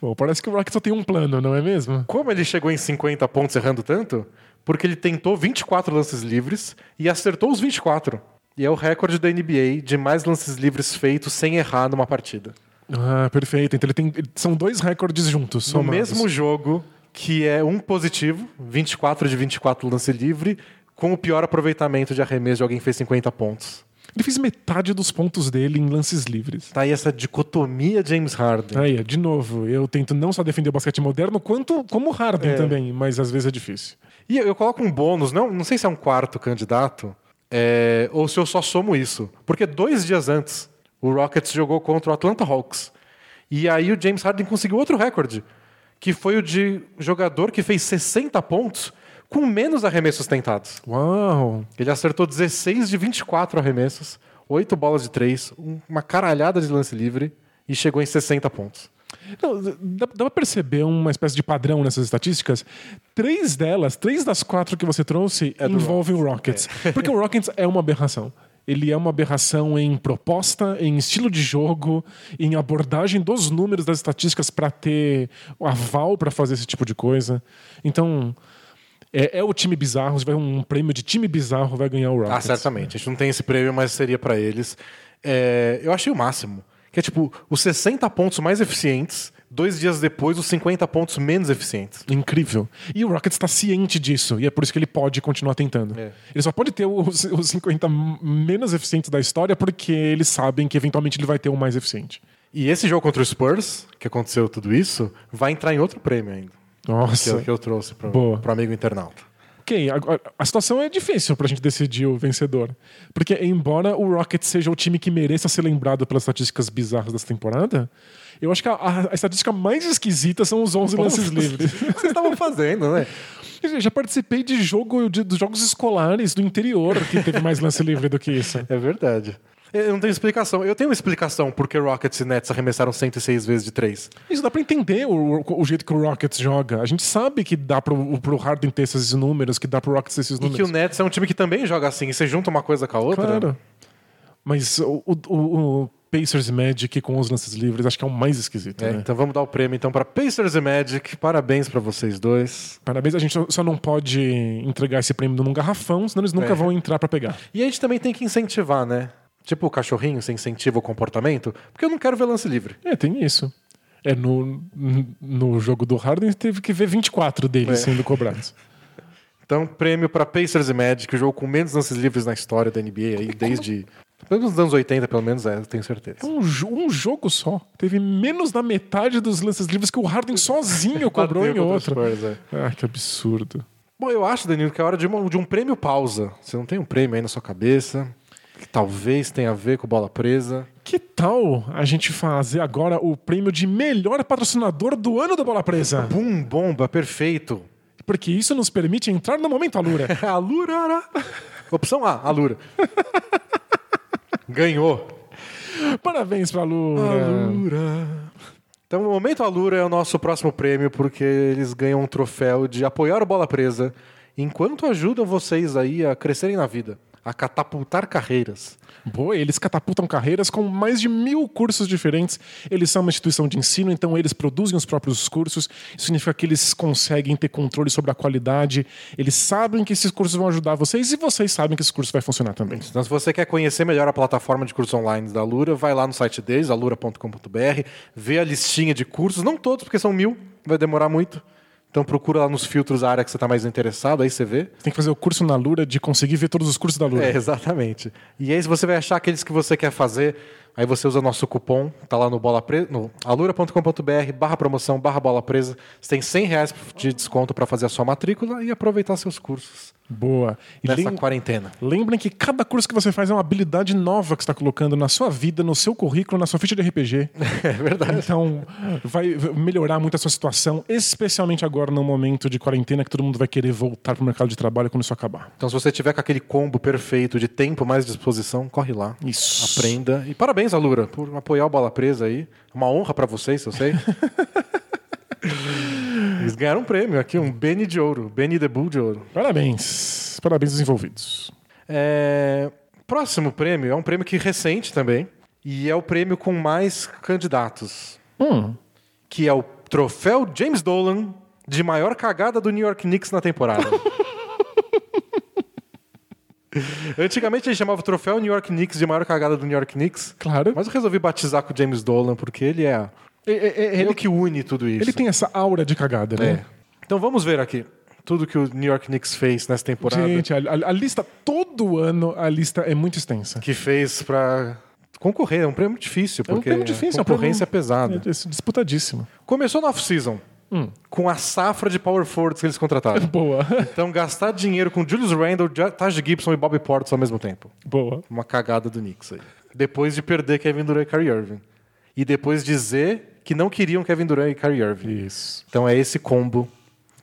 Bom, parece que o Rocket só tem um plano, não é mesmo?
Como ele chegou em 50 pontos errando tanto? Porque ele tentou 24 lances livres e acertou os 24. E é o recorde da NBA de mais lances livres feitos sem errar numa partida.
Ah, perfeito. Então ele tem. ele- São dois recordes juntos.
No
somados.
mesmo jogo, que é um positivo, 24 de 24 lance livre, com o pior aproveitamento de arremesso de alguém que fez 50 pontos.
Ele fez metade dos pontos dele em lances livres.
Tá aí essa dicotomia James Harden.
Aí, de novo, eu tento não só defender o basquete moderno, quanto como o Harden também, mas às vezes é difícil.
E eu eu coloco um bônus, não, não sei se é um quarto candidato, é, ou se eu só somo isso. Porque dois dias antes, o Rockets jogou contra o Atlanta Hawks. E aí o James Harden conseguiu outro recorde, que foi o de jogador que fez 60 pontos com menos arremessos tentados.
Uau!
Ele acertou 16 de 24 arremessos, 8 bolas de 3, uma caralhada de lance livre e chegou em 60 pontos.
Não, dá, dá pra perceber uma espécie de padrão nessas estatísticas? Três delas, três das quatro que você trouxe,
do
envolvem o É Rockets. Porque o Rockets é uma aberração. Ele é uma aberração em proposta, em estilo de jogo, em abordagem dos números das estatísticas pra ter o aval pra fazer esse tipo de coisa. Então, é, é o time bizarro. Se tiver um prêmio de time bizarro, vai ganhar o Rockets.
Ah,
é.
certamente. A gente não tem esse prêmio, mas seria pra eles. É, eu achei o máximo. Que é tipo, os 60 pontos mais eficientes, dois dias depois, os 50 pontos menos eficientes.
Incrível. E o Rockets está ciente disso, e é por isso que ele pode continuar tentando.
É.
Ele só pode ter os, os 50 menos eficientes da história porque eles sabem que eventualmente ele vai ter o mais eficiente.
E esse jogo contra o Spurs, que aconteceu tudo isso, vai entrar em outro prêmio ainda. Que é o
Nossa.
que eu trouxe pro,
Boa.
pro amigo internauta.
Ok, agora, a situação é difícil pra gente decidir o vencedor. Porque, embora o Rockets seja o time que mereça ser lembrado pelas estatísticas bizarras dessa temporada, eu acho que a, a- a estatística mais esquisita são os 11 lances livres.
O que vocês estavam fazendo, né?
Eu já participei de jogo de- dos jogos escolares do interior que teve mais lance livre do que isso.
É verdade. Eu não tenho explicação. Eu tenho uma explicação porque Rockets e Nets arremessaram 106 vezes de 3.
Isso dá pra entender o, o- o jeito que o Rockets joga. A gente sabe que dá pro, pro Harden ter esses números, que dá pro Rockets ter esses
E que o
números.
Nets é um time que também joga assim. E você junta uma coisa com a outra.
Claro. Mas o, o- o- o Pacers Magic com os lances livres acho que é o mais esquisito,
É,
né?
então vamos dar o prêmio então para Pacers e Magic. Parabéns para vocês dois.
Parabéns, a gente só- só não pode entregar esse prêmio num garrafão, senão eles nunca
É.
vão entrar pra pegar.
E a gente também tem que incentivar, né? Tipo o cachorrinho, você incentiva o comportamento. Porque eu não quero ver lance livre.
É, tem isso. É, no, no jogo do Harden teve que ver 24 deles
É.
sendo cobrados.
Então, prêmio para Pacers e Magic, o jogo com menos lances livres na história da NBA, aí, desde. Pelo menos nos anos 80, pelo menos, é, eu tenho certeza.
Um, jo- um jogo só. Teve menos da metade dos lances livres que o Harden sozinho cobrou em
Bateu contra
outro.
os Spurs, é.
Ah, que absurdo.
Bom, eu acho, Danilo, que é hora de, uma- de um prêmio pausa. Você não tem um prêmio aí na sua cabeça, que talvez tenha a ver com bola presa.
Que tal a gente fazer agora o prêmio de melhor patrocinador do ano da Bola Presa?
Bum, bomba, perfeito.
Porque isso nos permite entrar no momento Alura.
Alura! Opção A, Alura. Ganhou.
Parabéns pra Alura.
Alura. Então, o Momento Alura é o nosso próximo prêmio, porque eles ganham um troféu de apoiar o Bola Presa, enquanto ajudam vocês aí a crescerem na vida, a catapultar carreiras.
Boa, eles catapultam carreiras com mais de mil cursos diferentes. Eles são uma instituição de ensino, então eles produzem os próprios cursos. Isso significa que eles conseguem ter controle sobre a qualidade. Eles sabem que esses cursos vão ajudar vocês e vocês sabem que esse curso vai funcionar também.
Então, se você quer conhecer melhor a plataforma de cursos online da Alura, vai lá no site deles, alura.com.br, vê a listinha de cursos, não todos, porque são mil, vai demorar muito. Então procura lá nos filtros a área que você está mais interessado, aí você vê.
Você tem que fazer o curso na Lura de conseguir ver todos os cursos da Lura.
É, exatamente. E aí você vai achar aqueles que você quer fazer, aí você usa nosso cupom, tá lá no bola presa, no alura.com.br barra promoção, barra bola presa. Você tem 100 reais de desconto para fazer a sua matrícula e aproveitar seus cursos
Boa. E
nessa
lem-
quarentena.
Lembrem que cada curso que você faz é uma habilidade nova que você está colocando na sua vida, no seu currículo, na sua ficha de RPG.
É verdade.
Então, vai melhorar muito a sua situação, especialmente agora no momento de quarentena que todo mundo vai querer voltar para o mercado de trabalho quando isso acabar.
Então se você tiver com aquele combo perfeito de tempo mais disposição, corre lá.
Isso.
Aprenda. E parabéns, Alura, por apoiar o Bola Presa aí. Uma honra para vocês, eu sei. Eles ganharam um prêmio aqui, um Beni de ouro, Beni de Bull de ouro.
Parabéns. Parabéns aos envolvidos.
É, Próximo prêmio é um prêmio que recente também. E é o prêmio com mais candidatos.
Hum.
Que é o troféu James Dolan de maior cagada do New York Knicks na temporada. Antigamente ele chamava o troféu New York Knicks de maior cagada do New York Knicks.
Claro.
Mas eu resolvi batizar com o James Dolan, porque ele é. é- é- é ele que une tudo isso.
Ele tem essa aura de cagada,
É.
né?
Então vamos ver aqui tudo que o New York Knicks fez nessa temporada.
Gente, a, a- a lista, todo ano, a lista é muito extensa.
que fez pra concorrer. É um prêmio difícil,
um
porque
prêmio difícil, é
a
um prêmio-
concorrência é, pesada.
É, Hum. é disputadíssimo.
Começou na off-season, com a safra de power forwards que eles contrataram.
Boa.
então, gastar dinheiro com Julius Randle, Ja- Taj Gibson e Bobby Portis ao mesmo tempo.
Boa.
Uma cagada do Knicks aí. Depois de perder Kevin Durant e Kyrie Irving. E depois dizer que não queriam Kevin Durant e Kyrie Irving.
Isso.
Então é esse combo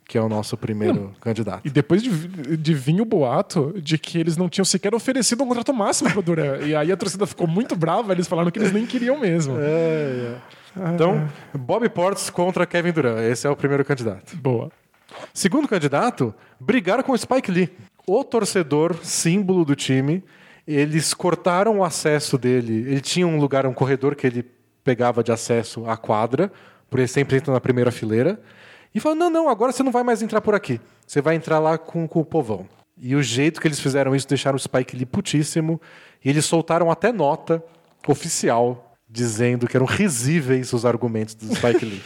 que é o nosso primeiro candidato.
E depois de, de vir o boato de que eles não tinham sequer oferecido um contrato máximo pro Duran. E aí a torcida ficou muito brava, eles falaram que eles nem queriam mesmo.
É. Então, Bobby Portis contra Kevin Durant. Esse é o primeiro candidato.
Boa.
Segundo candidato, brigaram com o Spike Lee, o torcedor símbolo do time. Eles cortaram o acesso dele. Ele tinha um lugar, um corredor que ele pegava de acesso à quadra, porque ele sempre entra na primeira fileira. E falaram: não, não, agora você não vai mais entrar por aqui. Você vai entrar lá com, com o povão. E o jeito que eles fizeram isso deixaram o Spike Lee putíssimo. E eles soltaram até nota oficial dizendo que eram risíveis os argumentos do Spike Lee.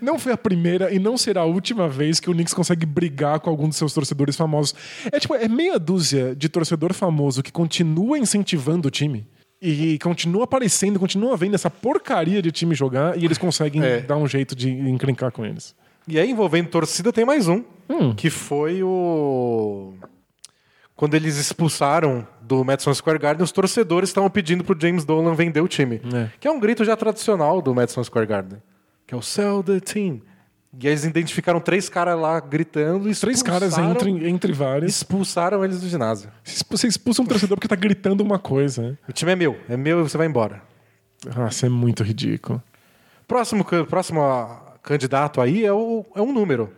Não foi a primeira e não será a última vez que o Knicks consegue brigar com algum dos seus torcedores famosos. É tipo, é meia dúzia de torcedor famoso que continua incentivando o time. E continua aparecendo, continua vendo essa porcaria de time jogar e eles conseguem
É.
dar um jeito de encrencar com eles.
E aí, envolvendo torcida, tem mais um.
Hum.
Que foi o. Quando eles expulsaram do Madison Square Garden, os torcedores estavam pedindo pro James Dolan vender o time.
É.
Que é um grito já tradicional do Madison Square Garden. Que é o Sell the Team. E aí eles identificaram três caras lá gritando e
Três caras
expulsaram-
entre, entre vários.
expulsaram eles do ginásio.
Você expulsa um torcedor porque tá gritando uma coisa.
O time é meu, é meu e você vai embora.
Nossa, é muito ridículo.
Próximo, can- próximo ah, candidato aí é, o- é um número.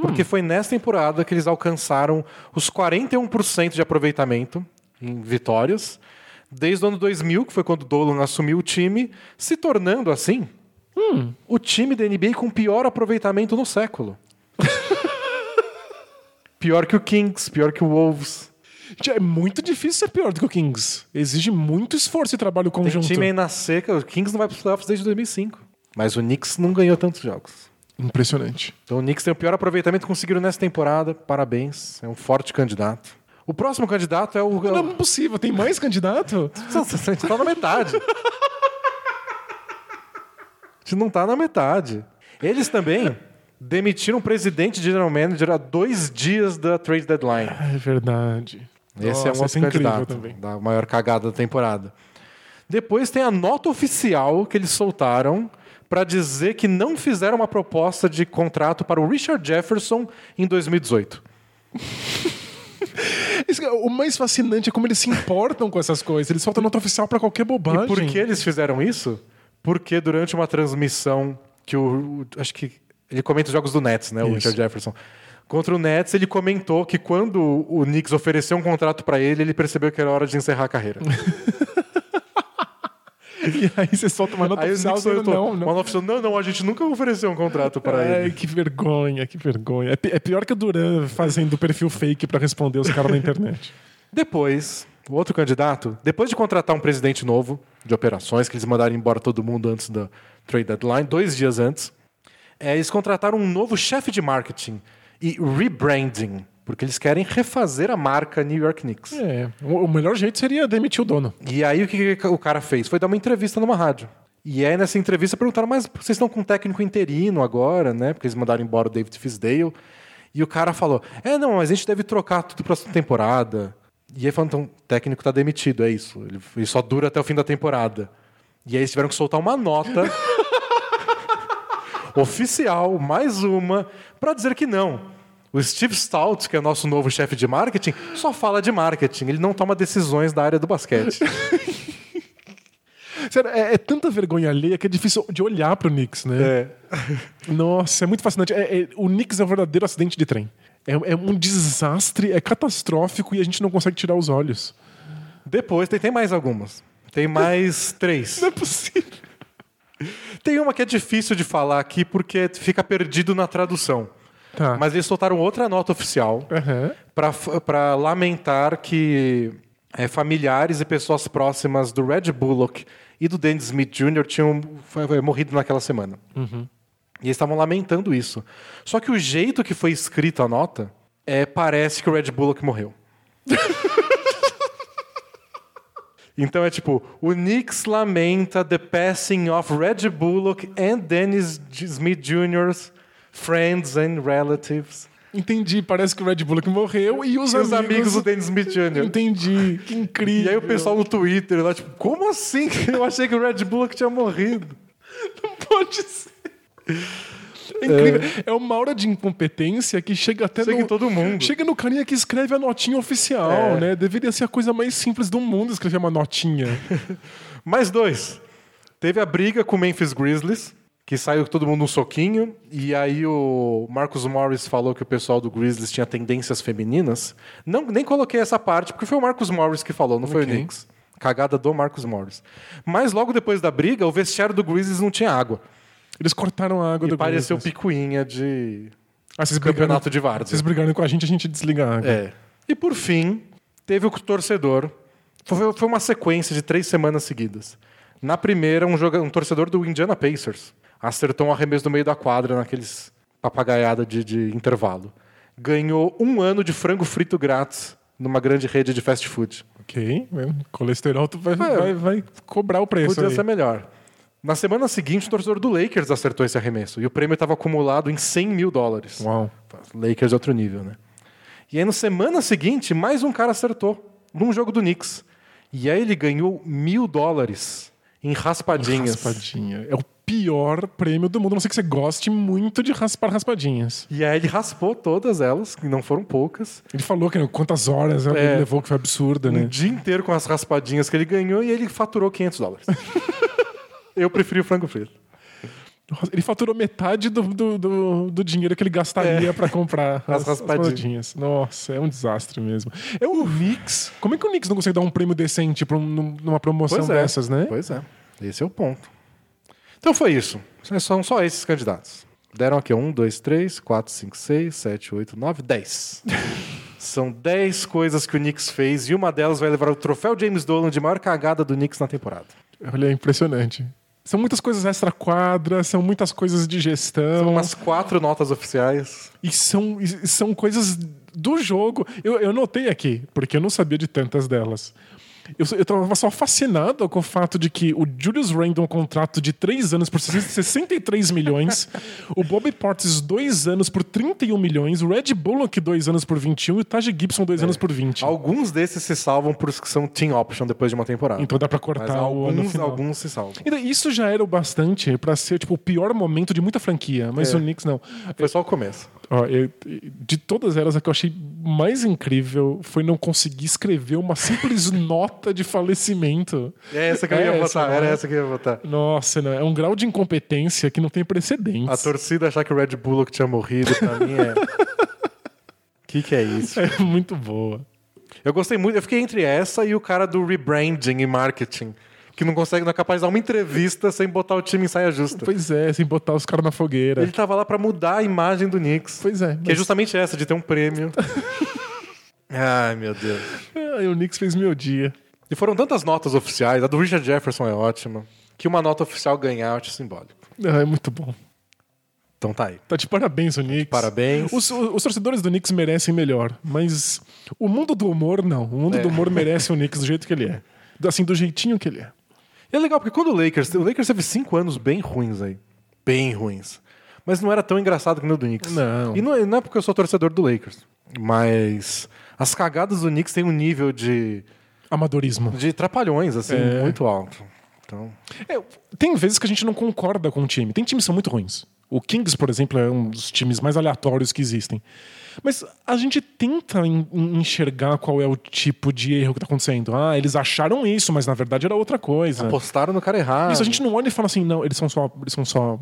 Porque foi nessa temporada que eles alcançaram os 41% de aproveitamento em vitórias. Desde o ano 2000, que foi quando o Dolan assumiu o time, se tornando assim o time da NBA com pior aproveitamento no século. pior que o Kings, pior que o Wolves.
Gente, É muito difícil ser pior do que o Kings. Exige muito esforço e trabalho
Tem
conjunto.
time aí na seca, o Kings não vai para os playoffs desde 2005. Mas o Knicks não ganhou tantos jogos.
Impressionante.
Então o Knicks tem o pior aproveitamento conseguido nessa temporada. Parabéns, é um forte candidato. O próximo candidato é o.
Não é possível, tem mais candidato?
Nossa, a gente tá na metade. A gente não tá na metade. Eles também demitiram o presidente e general manager há dois dias da trade deadline.
É verdade.
Esse é um
Nossa,
outro
incrível
candidato
também.
da maior cagada da temporada. Depois tem a nota oficial que eles soltaram para dizer que não fizeram uma proposta de contrato para o Richard Jefferson em 2018.
Isso- é O mais fascinante é como eles se importam com essas coisas. Eles soltam nota oficial pra qualquer bobagem.
E por que eles fizeram isso? Porque durante uma transmissão que o. o- Acho que. Ele comenta os jogos do Nets, né? O
Isso.
Richard Jefferson. Contra o Nets, ele comentou que quando o Knicks ofereceu um contrato para ele, ele percebeu que era hora de encerrar a carreira.
E aí você solta uma nota
Aí o
oficial
Knicks
dizendo,
soltou,
não, não. É,
Uma nota oficial, não, não, a gente nunca ofereceu um contrato para
Ai,
ele.
que vergonha, que vergonha. É pi- É pior que o Duran fazendo perfil fake pra responder os caras na internet.
Depois, o outro candidato, depois de contratar um presidente novo de operações, que eles mandaram embora todo mundo antes da trade deadline, dois dias antes, é, eles contrataram um novo chefe de marketing e rebranding, porque eles querem refazer a marca New York Knicks.
É, o o melhor jeito seria demitir o dono.
E aí o que que o cara fez? Foi dar uma entrevista numa rádio. E aí nessa entrevista perguntaram, mas vocês estão com um técnico interino agora, né? Porque eles mandaram embora o David Fisdale. E o cara falou, é, não, mas a gente deve trocar tudo pra próxima temporada. E aí falou, então, o técnico tá demitido, é isso. Ele, ele só dura até o fim da temporada. E aí eles tiveram que soltar uma nota oficial, mais uma, pra dizer que não. O Steve Stout, que é nosso novo chefe de marketing, só fala de marketing. Ele não toma decisões da área do basquete.
Sério, é, é tanta vergonha alheia que é difícil de olhar pro Knicks, né?
É.
Nossa, é muito fascinante. É- é- o Knicks é um verdadeiro acidente de trem. É, é um desastre, é catastrófico e a gente não consegue tirar os olhos.
Depois tem, tem mais algumas. Tem mais três.
Não é possível.
Tem uma que é difícil de falar aqui porque fica perdido na tradução.
Tá.
Mas eles soltaram outra nota oficial
Aham.
pra para lamentar que é, familiares e pessoas próximas do Red Bullock e do Dennis Smith Jr. tinham foi- foi morrido naquela semana.
Uhum.
E eles estavam lamentando isso. Só que o jeito que foi escrita a nota é, parece que o Red Bullock morreu. Então é tipo, o Knicks lamenta the passing of Red Bullock and Dennis J- Smith Jr.'s friends and relatives.
Entendi, parece que o Red Bullock morreu e os
E os
amigos...
amigos do Dennis Smith Jr.
Entendi, que incrível.
E aí o pessoal no Twitter lá, tipo, como assim? Eu achei que o Red Bullock tinha morrido.
Não pode ser. É incrível. É. uma aura de incompetência que chega até
Chega
no...
em todo mundo.
Chega no carinha que escreve a notinha oficial,
É.
né? Deveria ser a coisa mais simples do mundo escrever uma notinha.
Mais dois. Teve a briga com o Memphis Grizzlies, que saiu todo mundo num soquinho. E aí o Marcus Morris falou que o pessoal do Grizzlies tinha tendências femininas. Não, nem coloquei essa parte, porque foi o Marcus Morris que falou, não foi
Ok.
o Knicks. Cagada do Marcus Morris. Mas logo depois da briga, o vestiário do Grizzlies não tinha água.
Eles cortaram a água
E
do
pareceu
Grizzlies.
picuinha de
Ah, vocês brigaram,
campeonato de várzea.
vocês brigaram com a gente, a gente desliga a água.
É. E por fim, teve o torcedor. Foi, foi uma sequência de três semanas seguidas. Na primeira, um, joga- um torcedor do Indiana Pacers acertou um arremesso do meio da quadra naqueles papagaiada de, de intervalo. Ganhou um ano de frango frito grátis numa grande rede de fast food.
Ok, é, colesterol tu vai, vai, vai cobrar o preço.
Podia
É aí.
ser é melhor. Na semana seguinte, o torcedor do Lakers acertou esse arremesso. E o prêmio estava acumulado em 100 mil dólares.
Uau.
Lakers é outro nível, né? E aí, na semana seguinte, mais um cara acertou num jogo do Knicks. E aí ele ganhou mil dólares em raspadinhas.
Raspadinha. É o pior prêmio do mundo, a não ser que você goste muito de raspar raspadinhas.
E aí ele raspou todas elas, que não foram poucas.
Ele falou que né, quantas horas ele
É.
levou, que foi absurda,
Um
né?
dia inteiro com as raspadinhas que ele ganhou e ele faturou 500 dólares. Eu preferi o frango frito.
Nossa, Ele faturou metade do, do, do, do dinheiro que ele gastaria pra comprar as,
É. As
as
raspadinhas.
raspadinhas. Nossa, é um desastre mesmo. É o Knicks. Como é que o Knicks não consegue dar um prêmio decente pra um- num- numa promoção dessas, né?
Pois é. Esse é o ponto. Então foi isso. São só esses candidatos. Deram aqui um, dois, três, quatro, cinco, seis, sete, oito, nove, dez. São dez coisas que o Knicks fez e uma delas vai levar o troféu James Dolan de maior cagada do Knicks na temporada.
Olha, é impressionante. São muitas coisas extra-quadra, são muitas coisas de gestão.
Umas quatro notas oficiais.
E são, e são coisas do jogo. Eu, eu notei aqui, porque eu não sabia de tantas delas. Eu, eu tava só fascinado com o fato de que o Julius Randle, um contrato de 3 anos por 63 milhões, o Bobby Portis, 2 anos por 31 milhões, o Red Bullock, 2 anos por 21 e o Taj Gibson,
É.
2 anos por 20.
Alguns desses se salvam por os que são team option depois de uma temporada.
Então dá pra
Mas
cortar o ano
alguns,
final.
alguns se salvam.
Então, Isso já era o bastante pra ser tipo, o pior momento de muita franquia, mas
É.
o Knicks não.
Foi só o começo.
Ó, eu- de todas elas, a que eu achei mais incrível foi não conseguir escrever uma simples nota de falecimento.
É essa que eu ia
É essa,
votar. Era
né?
essa que eu ia votar.
Nossa, não, é um grau de incompetência que não tem
A
precedentes.
torcida achar que o Red Bullock tinha morrido, pra mim é. que que é isso?
É muito boa.
Eu gostei muito, eu fiquei entre essa e o cara do rebranding e marketing, que não consegue, não é capaz de dar uma entrevista sem botar o time em saia justa.
Pois é, sem botar os caras na fogueira.
Ele tava lá pra mudar a imagem do Knicks.
Pois é.
Que é
Mas...
justamente essa, de ter um prêmio. Ai, meu Deus.
Ai, é, o Knicks fez meu dia.
E foram tantas notas oficiais, a do Richard Jefferson é ótima, que uma nota oficial ganhar eu acho simbólico.
Ah, é muito bom.
Então tá aí.
Tá de parabéns, o Knicks.
parabéns.
Os, os torcedores do Knicks merecem melhor, mas o mundo do humor, não. O mundo
É.
do humor merece o Knicks do jeito que ele é. Assim, do jeitinho que ele é.
E é legal, porque quando o Lakers. O Lakers teve cinco anos bem ruins aí. Bem ruins. Mas não era tão engraçado que no do Knicks.
Não.
E não é, não é porque eu sou torcedor do Lakers. Mas as cagadas do Knicks têm um nível de,
Amadorismo.
de trapalhões, assim,
É.
muito alto. Então.
É, tem vezes que a gente não concorda com o time. Tem times que são muito ruins. O Kings, por exemplo, é um dos times mais aleatórios que existem. Mas a gente tenta en- en- enxergar qual é o tipo de erro que tá acontecendo. Ah, eles acharam isso, mas na verdade era outra coisa.
Postaram no cara errado.
É. Isso a gente não olha e fala assim, não, eles são só, eles são só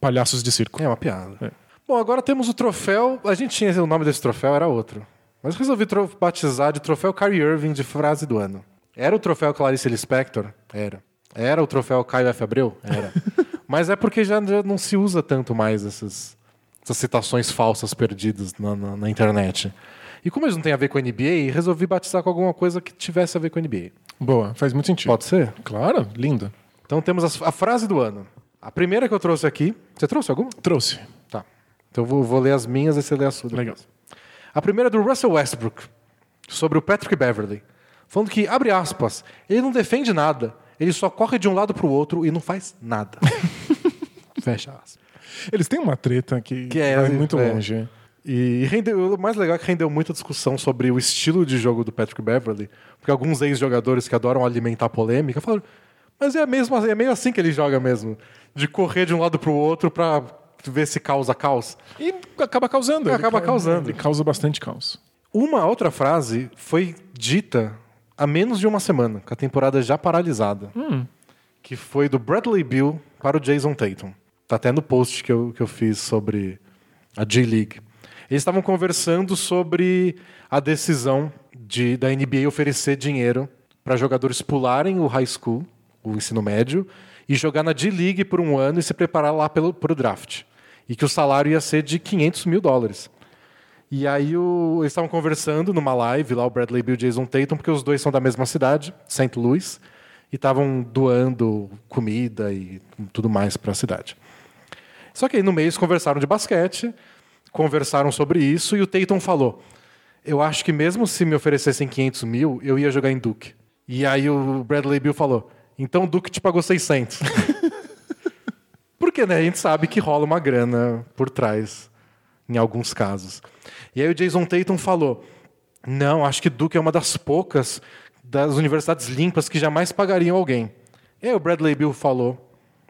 palhaços de circo.
É uma piada.
É.
Bom, agora temos o troféu. A gente tinha o nome desse troféu, era outro. Mas resolvi tro- batizar de troféu Kyrie Irving de frase do ano. Era o troféu Clarice Lispector? Era. Era o troféu Caio F. Abreu? Era. Mas é porque já, já não se usa tanto mais essas, essas citações falsas perdidas na, na- na internet. E como eles não têm a ver com a NBA, resolvi batizar com alguma coisa que tivesse a ver com a NBA.
Boa, faz muito sentido.
Pode ser?
Claro, linda.
Então temos as- a frase do ano. A primeira que eu trouxe aqui. Você trouxe alguma?
Trouxe.
Tá. Então eu vou, vou ler as minhas e você lê a sua. depois.
Legal.
A primeira é do Russell Westbrook, sobre o Patrick Beverly. Falando que, abre aspas, ele não defende nada, ele só corre de um lado pro outro e não faz nada. Fecha aspas.
Eles têm uma treta que,
Que é-
vai muito
é.
longe.
E rendeu, o mais legal é que rendeu muita discussão sobre o estilo de jogo do Patrick Beverly, porque alguns ex-jogadores que adoram alimentar polêmica falaram, mas é, mesmo, é meio assim que ele joga mesmo, de correr de um lado pro outro pra ver se causa caos.
E acaba causando. ele
Acaba
cau-
causando.
Ele causa bastante caos.
Uma outra frase foi dita há menos de uma semana, com a temporada já paralisada. Que foi do Bradley Bill para o Jason Tatum. Tá até no post que eu, que eu fiz sobre a G-League. Eles estavam conversando sobre a decisão de, da NBA oferecer dinheiro para jogadores pularem o high school, o ensino médio, e jogar na G-League por um ano e se preparar lá pelo, pro draft. E que o salário ia ser de 500 mil dólares. E aí o- eles estavam conversando numa live lá, o Bradley Bill e o Jason Tatum, porque os dois são da mesma cidade, St. Louis, e estavam doando comida e tudo mais para a cidade. Só que aí no meio eles conversaram de basquete, conversaram sobre isso, e o Tatum falou: Eu acho que mesmo se me oferecessem 500 mil, eu ia jogar em Duke. E aí o Bradley Bill falou: Então Duke te pagou 600. Porque né, a gente sabe que rola uma grana por trás, em alguns casos. E aí o Jason Tatum falou: Não, acho que Duke é uma das poucas das universidades limpas que jamais pagariam alguém. E aí o Bradley Bill falou: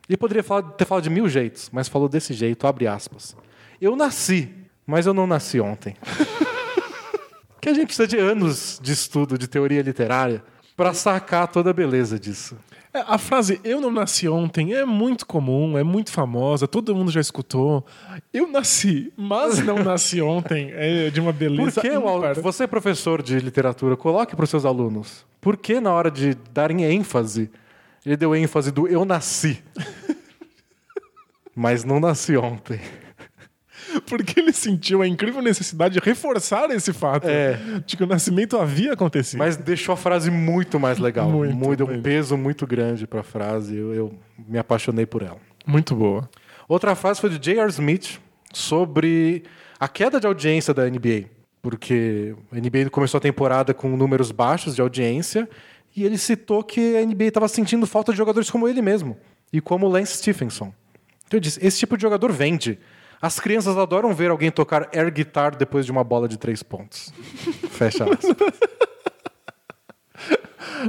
Ele poderia falar- ter falado de mil jeitos, mas falou desse jeito, abre aspas. Eu nasci, mas eu não nasci ontem. que a gente precisa de anos de estudo de teoria literária para sacar toda a beleza disso.
É, A frase eu não nasci ontem é muito comum, é muito famosa, todo mundo já escutou. Eu nasci, mas não nasci ontem é de uma
Por
beleza.
que, Walter,
ímpar.
você professor de literatura, coloque para os seus alunos. Por que na hora de darem ênfase, ele deu ênfase do eu nasci? Mas não nasci ontem.
Porque ele sentiu a incrível necessidade de reforçar esse fato
É.
de que o nascimento havia acontecido.
Mas deixou a frase muito mais legal.
Muito,
Muito, deu um
muito.
peso muito grande para a frase. Eu, eu me apaixonei por ela.
Muito boa.
Outra frase foi de J.R. Smith sobre a queda de audiência da NBA. Porque a NBA começou a temporada com números baixos de audiência e ele citou que a NBA estava sentindo falta de jogadores como ele mesmo e como Lance Stephenson. Então ele disse: esse tipo de jogador vende. As crianças adoram ver alguém tocar air guitar depois de uma bola de três pontos. Fecha aspas.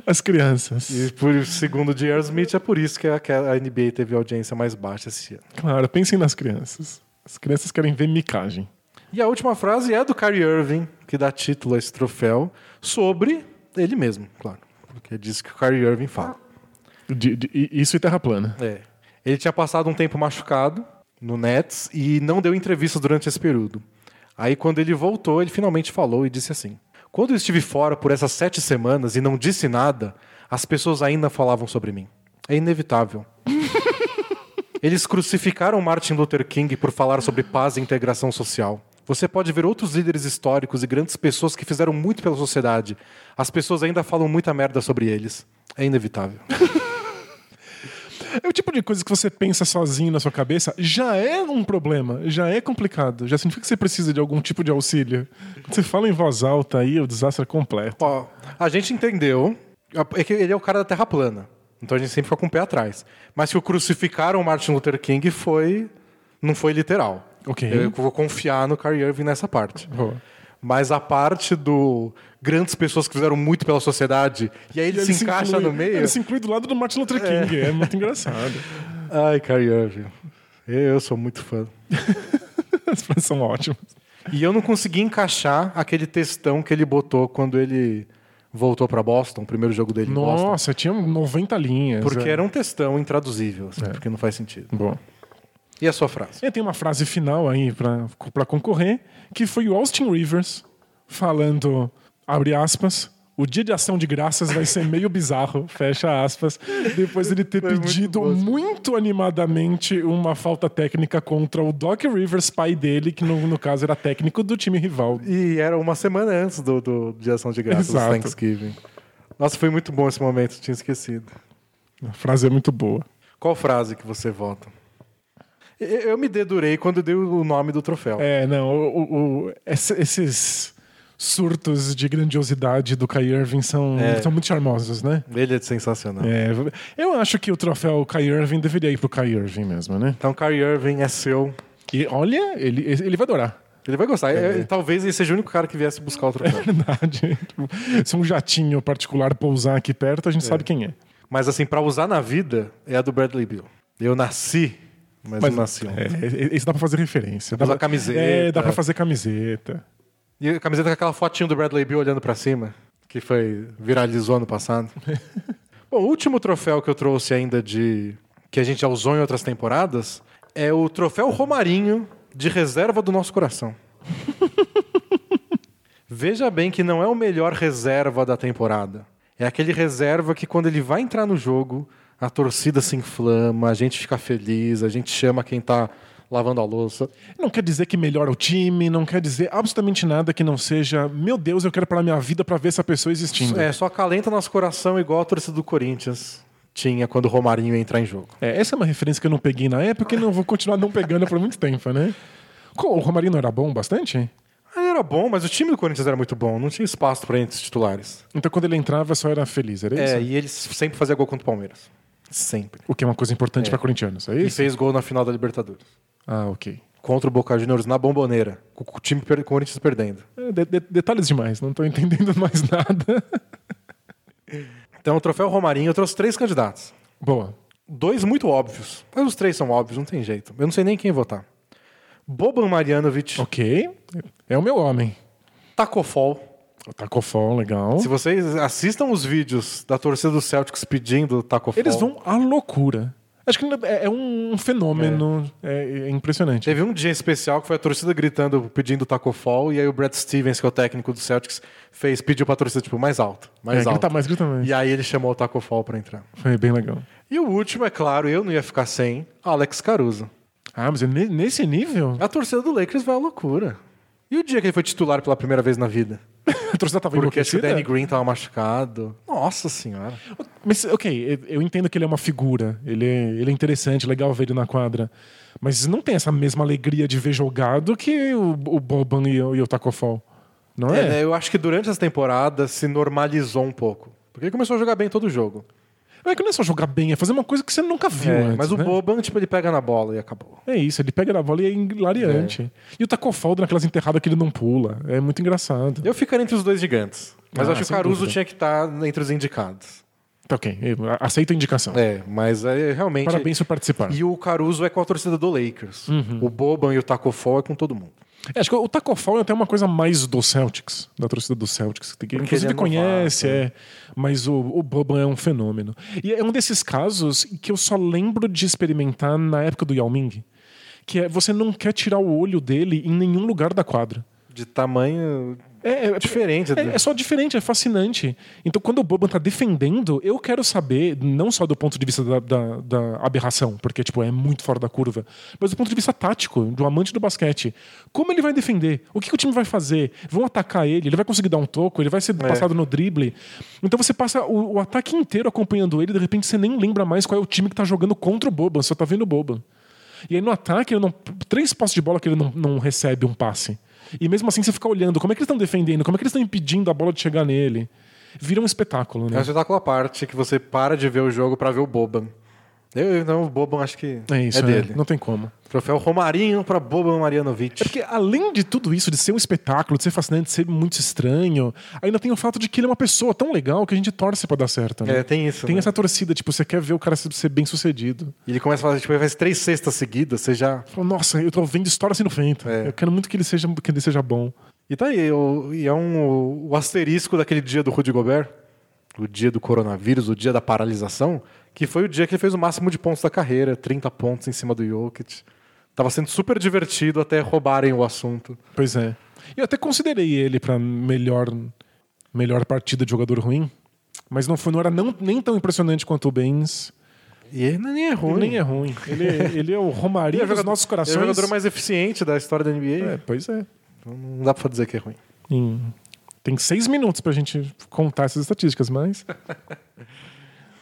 As crianças.
E por, segundo J.R. Smith, é por isso que a, que a NBA teve audiência mais baixa esse ano.
Claro, pensem nas crianças. As crianças querem ver micagem.
E a última frase é do Kyrie Irving, que dá título a esse troféu, sobre ele mesmo, claro. Porque diz que o Kyrie Irving fala.
De- de- e- isso e terra plana.
É. Ele tinha passado um tempo machucado no Nets e não deu entrevista durante esse período. Aí, quando ele voltou, ele finalmente falou e disse assim: Quando eu estive fora por essas sete semanas e não disse nada, as pessoas ainda falavam sobre mim. É inevitável. Eles crucificaram Martin Luther King por falar sobre paz e integração social. Você pode ver outros líderes históricos e grandes pessoas que fizeram muito pela sociedade. As pessoas ainda falam muita merda sobre eles. É inevitável.
É o tipo de coisa que você pensa sozinho na sua cabeça, já é um problema, já é complicado, já significa que você precisa de algum tipo de auxílio. Quando você fala em voz alta aí, o desastre é completo.
Ó, a gente entendeu é que ele é o cara da Terra plana. Então a gente sempre fica com o pé atrás. Mas que o crucificaram o Martin Luther King foi. não foi literal.
Ok.
Eu vou confiar no Kyrie Irving nessa parte.
Boa.
Mas a parte do grandes pessoas que fizeram muito pela sociedade, e aí ele,
E
se, encaixa
inclui-
no meio.
Ele se inclui do lado do Martin Luther King, é, muito engraçado.
Ai, Kyrie Irving. Eu sou muito fã.
As frases são ótimas.
E eu não consegui encaixar aquele textão que ele botou quando ele voltou pra Boston, o primeiro jogo dele em Boston.
Nossa, tinha 90 linhas.
Porque
é.
era um textão intraduzível, assim, porque não faz sentido.
Bom.
E a sua frase?
E tem uma frase final aí pra pra concorrer, que foi o Austin Rivers falando, abre aspas, o dia de ação de graças vai ser meio bizarro, fecha aspas, depois ele ter
muito
pedido
bom.
muito, animadamente uma falta técnica contra o Doc Rivers, pai dele, que no, no caso era técnico do time rival.
E era uma semana antes do, do de Ação de Graças,
Exato.
Thanksgiving. Nossa, foi muito bom esse momento, tinha esquecido.
A frase é muito boa.
Qual frase que você vota? E- Eu, me dedurei quando eu dei o nome do troféu.
É, não, o- o- o- esse- esses surtos de grandiosidade do Kai Irving são,
É.
são muito charmosos, né?
Ele é sensacional.
É, eu acho que o troféu Kai Irving deveria ir pro Kai Irving mesmo, né?
Então, Kyrie Irving é seu.
E olha, ele, ele vai adorar. É
Ele vai gostar. É, Talvez ele seja o único cara que viesse buscar o troféu.
Verdade. Tipo, Se um jatinho particular pousar aqui perto, a gente sabe quem é.
Mas assim, pra usar na vida, é a do Bradley Bill. Eu nasci, mas, não nasci um. ontem.
é, é, isso dá pra fazer referência. Dá
Usar
pra-
camiseta.
É, dá pra fazer camiseta.
E a camiseta com aquela fotinha do Bradley Bill olhando pra cima, que foi viralizou ano passado. Bom, o último troféu que eu trouxe ainda de que a gente já usou em outras temporadas é o troféu Romarinho de reserva do nosso coração. Veja bem que não é o melhor reserva da temporada. É aquele reserva que quando ele vai entrar no jogo, a torcida se inflama, a gente fica feliz, a gente chama quem tá lavando a louça.
Não quer dizer que melhora o time, não quer dizer absolutamente nada que não seja, meu Deus, eu quero parar minha vida pra ver essa pessoa existindo.
É, só acalenta nosso coração igual a torcida do Corinthians tinha quando o Romarinho ia entrar em jogo.
É, essa é uma referência que eu não peguei na época e não vou continuar não pegando por muito tempo, né? O Romarino era bom bastante?
Ele era bom, mas o time do Corinthians era muito bom, não tinha espaço para entre os titulares.
Então quando ele entrava só era feliz, era isso?
É, e ele sempre fazia gol contra o Palmeiras. Sempre.
O que é uma coisa importante pra corintianos, é
E
isso?
fez gol na final da Libertadores.
Ah, ok.
Contra o Boca Juniors na bomboneira, com o time per- Corinthians perdendo.
É, de- de- detalhes demais, não tô entendendo mais nada.
Então, o troféu Romarinho, eu trouxe três candidatos.
Boa.
Dois muito óbvios. Mas os três são óbvios, não tem jeito. Eu não sei nem quem votar. Boban Marjanovic,
Ok. É o meu homem.
Tacofol.
O Tacofol, legal.
Se vocês assistam os vídeos da torcida do Celtics pedindo o Taco Fall,
Eles vão à loucura. Acho que é é um fenômeno é, é impressionante.
Teve um dia especial que foi a torcida gritando, pedindo Taco Fall, e aí o Brad Stevens, que é o técnico do Celtics, fez, pediu pra torcida, tipo, mais alto, mais
É,
alto.
grita mais, grita mais.
E aí ele chamou o Taco Fall pra entrar.
Foi bem legal.
E o último, é claro, eu não ia ficar sem, Alex Caruso.
Ah, mas é ne- nesse nível,
A torcida do Lakers vai à loucura. E o dia que ele foi titular pela primeira vez na vida?
a torcida tava
Porque acho que o
enlouquecida?
Danny Green tava machucado. Nossa senhora.
Mas, ok, eu entendo que ele é uma figura, ele é, ele é interessante, legal ver ele na quadra. Mas não tem essa mesma alegria de ver jogado que o, o Boban e, o- e o Tacofol. Não
É,
é?
né, eu acho que durante essa temporada se normalizou um pouco. Porque ele começou a jogar bem todo jogo.
Não é que não é só jogar bem, é fazer uma coisa que você nunca viu.
É,
antes,
mas o
né?
Boban, tipo, ele pega na bola e acabou.
É isso, ele pega na bola e é hilariante.
É.
E o Tacofol naquelas enterradas que ele não pula. É muito engraçado.
Eu ficaria entre os dois gigantes. Mas eu
Ah,
acho que o
sem
Caruso
dúvida.
tinha que estar entre os indicados.
Tá ok, eu aceito a indicação.
É, mas é, realmente.
Parabéns Uhum. por participar.
E o Caruso é com a torcida do Lakers. O Boban e o Taco Fall é com todo mundo.
É, acho que o Tacofol é até uma coisa mais do Celtics, da torcida do Celtics, que inclusive
ele é
conhece,
novato,
é, mas o, o Boban é um fenômeno. E é um desses casos que eu só lembro de experimentar na época do Yao Ming, que é você não quer tirar o olho dele em nenhum lugar da quadra.
De tamanho
É, é
Diferente né?
É,
do-
é só diferente, é fascinante. Então, quando o Boban tá defendendo, eu quero saber, não só do ponto de vista da, da- da aberração, porque, tipo, é muito fora da curva, mas do ponto de vista tático, do amante do basquete. Como ele vai defender? O que, que o time vai fazer? Vão atacar ele? Ele vai conseguir dar um toco? Ele vai ser
É.
passado no drible? Então, você passa o, o ataque inteiro acompanhando ele, de repente você nem lembra mais qual é o time que tá jogando contra o Boban, só tá vendo o Boban. E aí no ataque, ele não, três postes de bola que ele não, não recebe um passe. E mesmo assim você fica olhando como é que eles estão defendendo, como é que eles estão impedindo a bola de chegar nele. Vira um espetáculo,
É um
né?
espetáculo à parte que você para de ver o jogo pra ver o Boban. Eu, eu- não, o Boban acho que
É isso, né?
dele.
não tem como. É
Troféu Romarinho pra Boban Marianovic.
Porque além de tudo isso, de ser um espetáculo, de ser fascinante, de ser muito estranho, ainda tem o fato de que ele é uma pessoa tão legal que a gente torce pra dar certo, né?
É, tem isso.
Tem
né?
essa torcida, tipo, você quer ver o cara ser ser bem sucedido.
E ele começa a fazer, tipo, ele faz três cestas seguidas, você já.
Fala, Nossa, eu tô vendo história sendo feita.
É.
Eu quero muito que ele seja, que ele seja bom.
E tá aí, o- e é um, o asterisco daquele dia do Rudy Gobert, o dia do coronavírus, o dia da paralisação, que foi o dia que ele fez o máximo de pontos da carreira, 30 pontos em cima do Jokic. Tava sendo super divertido até roubarem o assunto.
Pois é. Eu até considerei ele pra melhor melhor partida de jogador ruim, mas não foi não era não, nem tão impressionante quanto o Baines.
E ele nem é ruim.
Ele nem é ruim. Ele, ele é o
Ele
Romarinho
é o
dos
jogador-
nossos corações.
Ele é o jogador mais eficiente da história da NBA.
É, pois é.
então Não dá pra dizer que é ruim.
Em- Tem seis minutos pra gente contar essas estatísticas, mas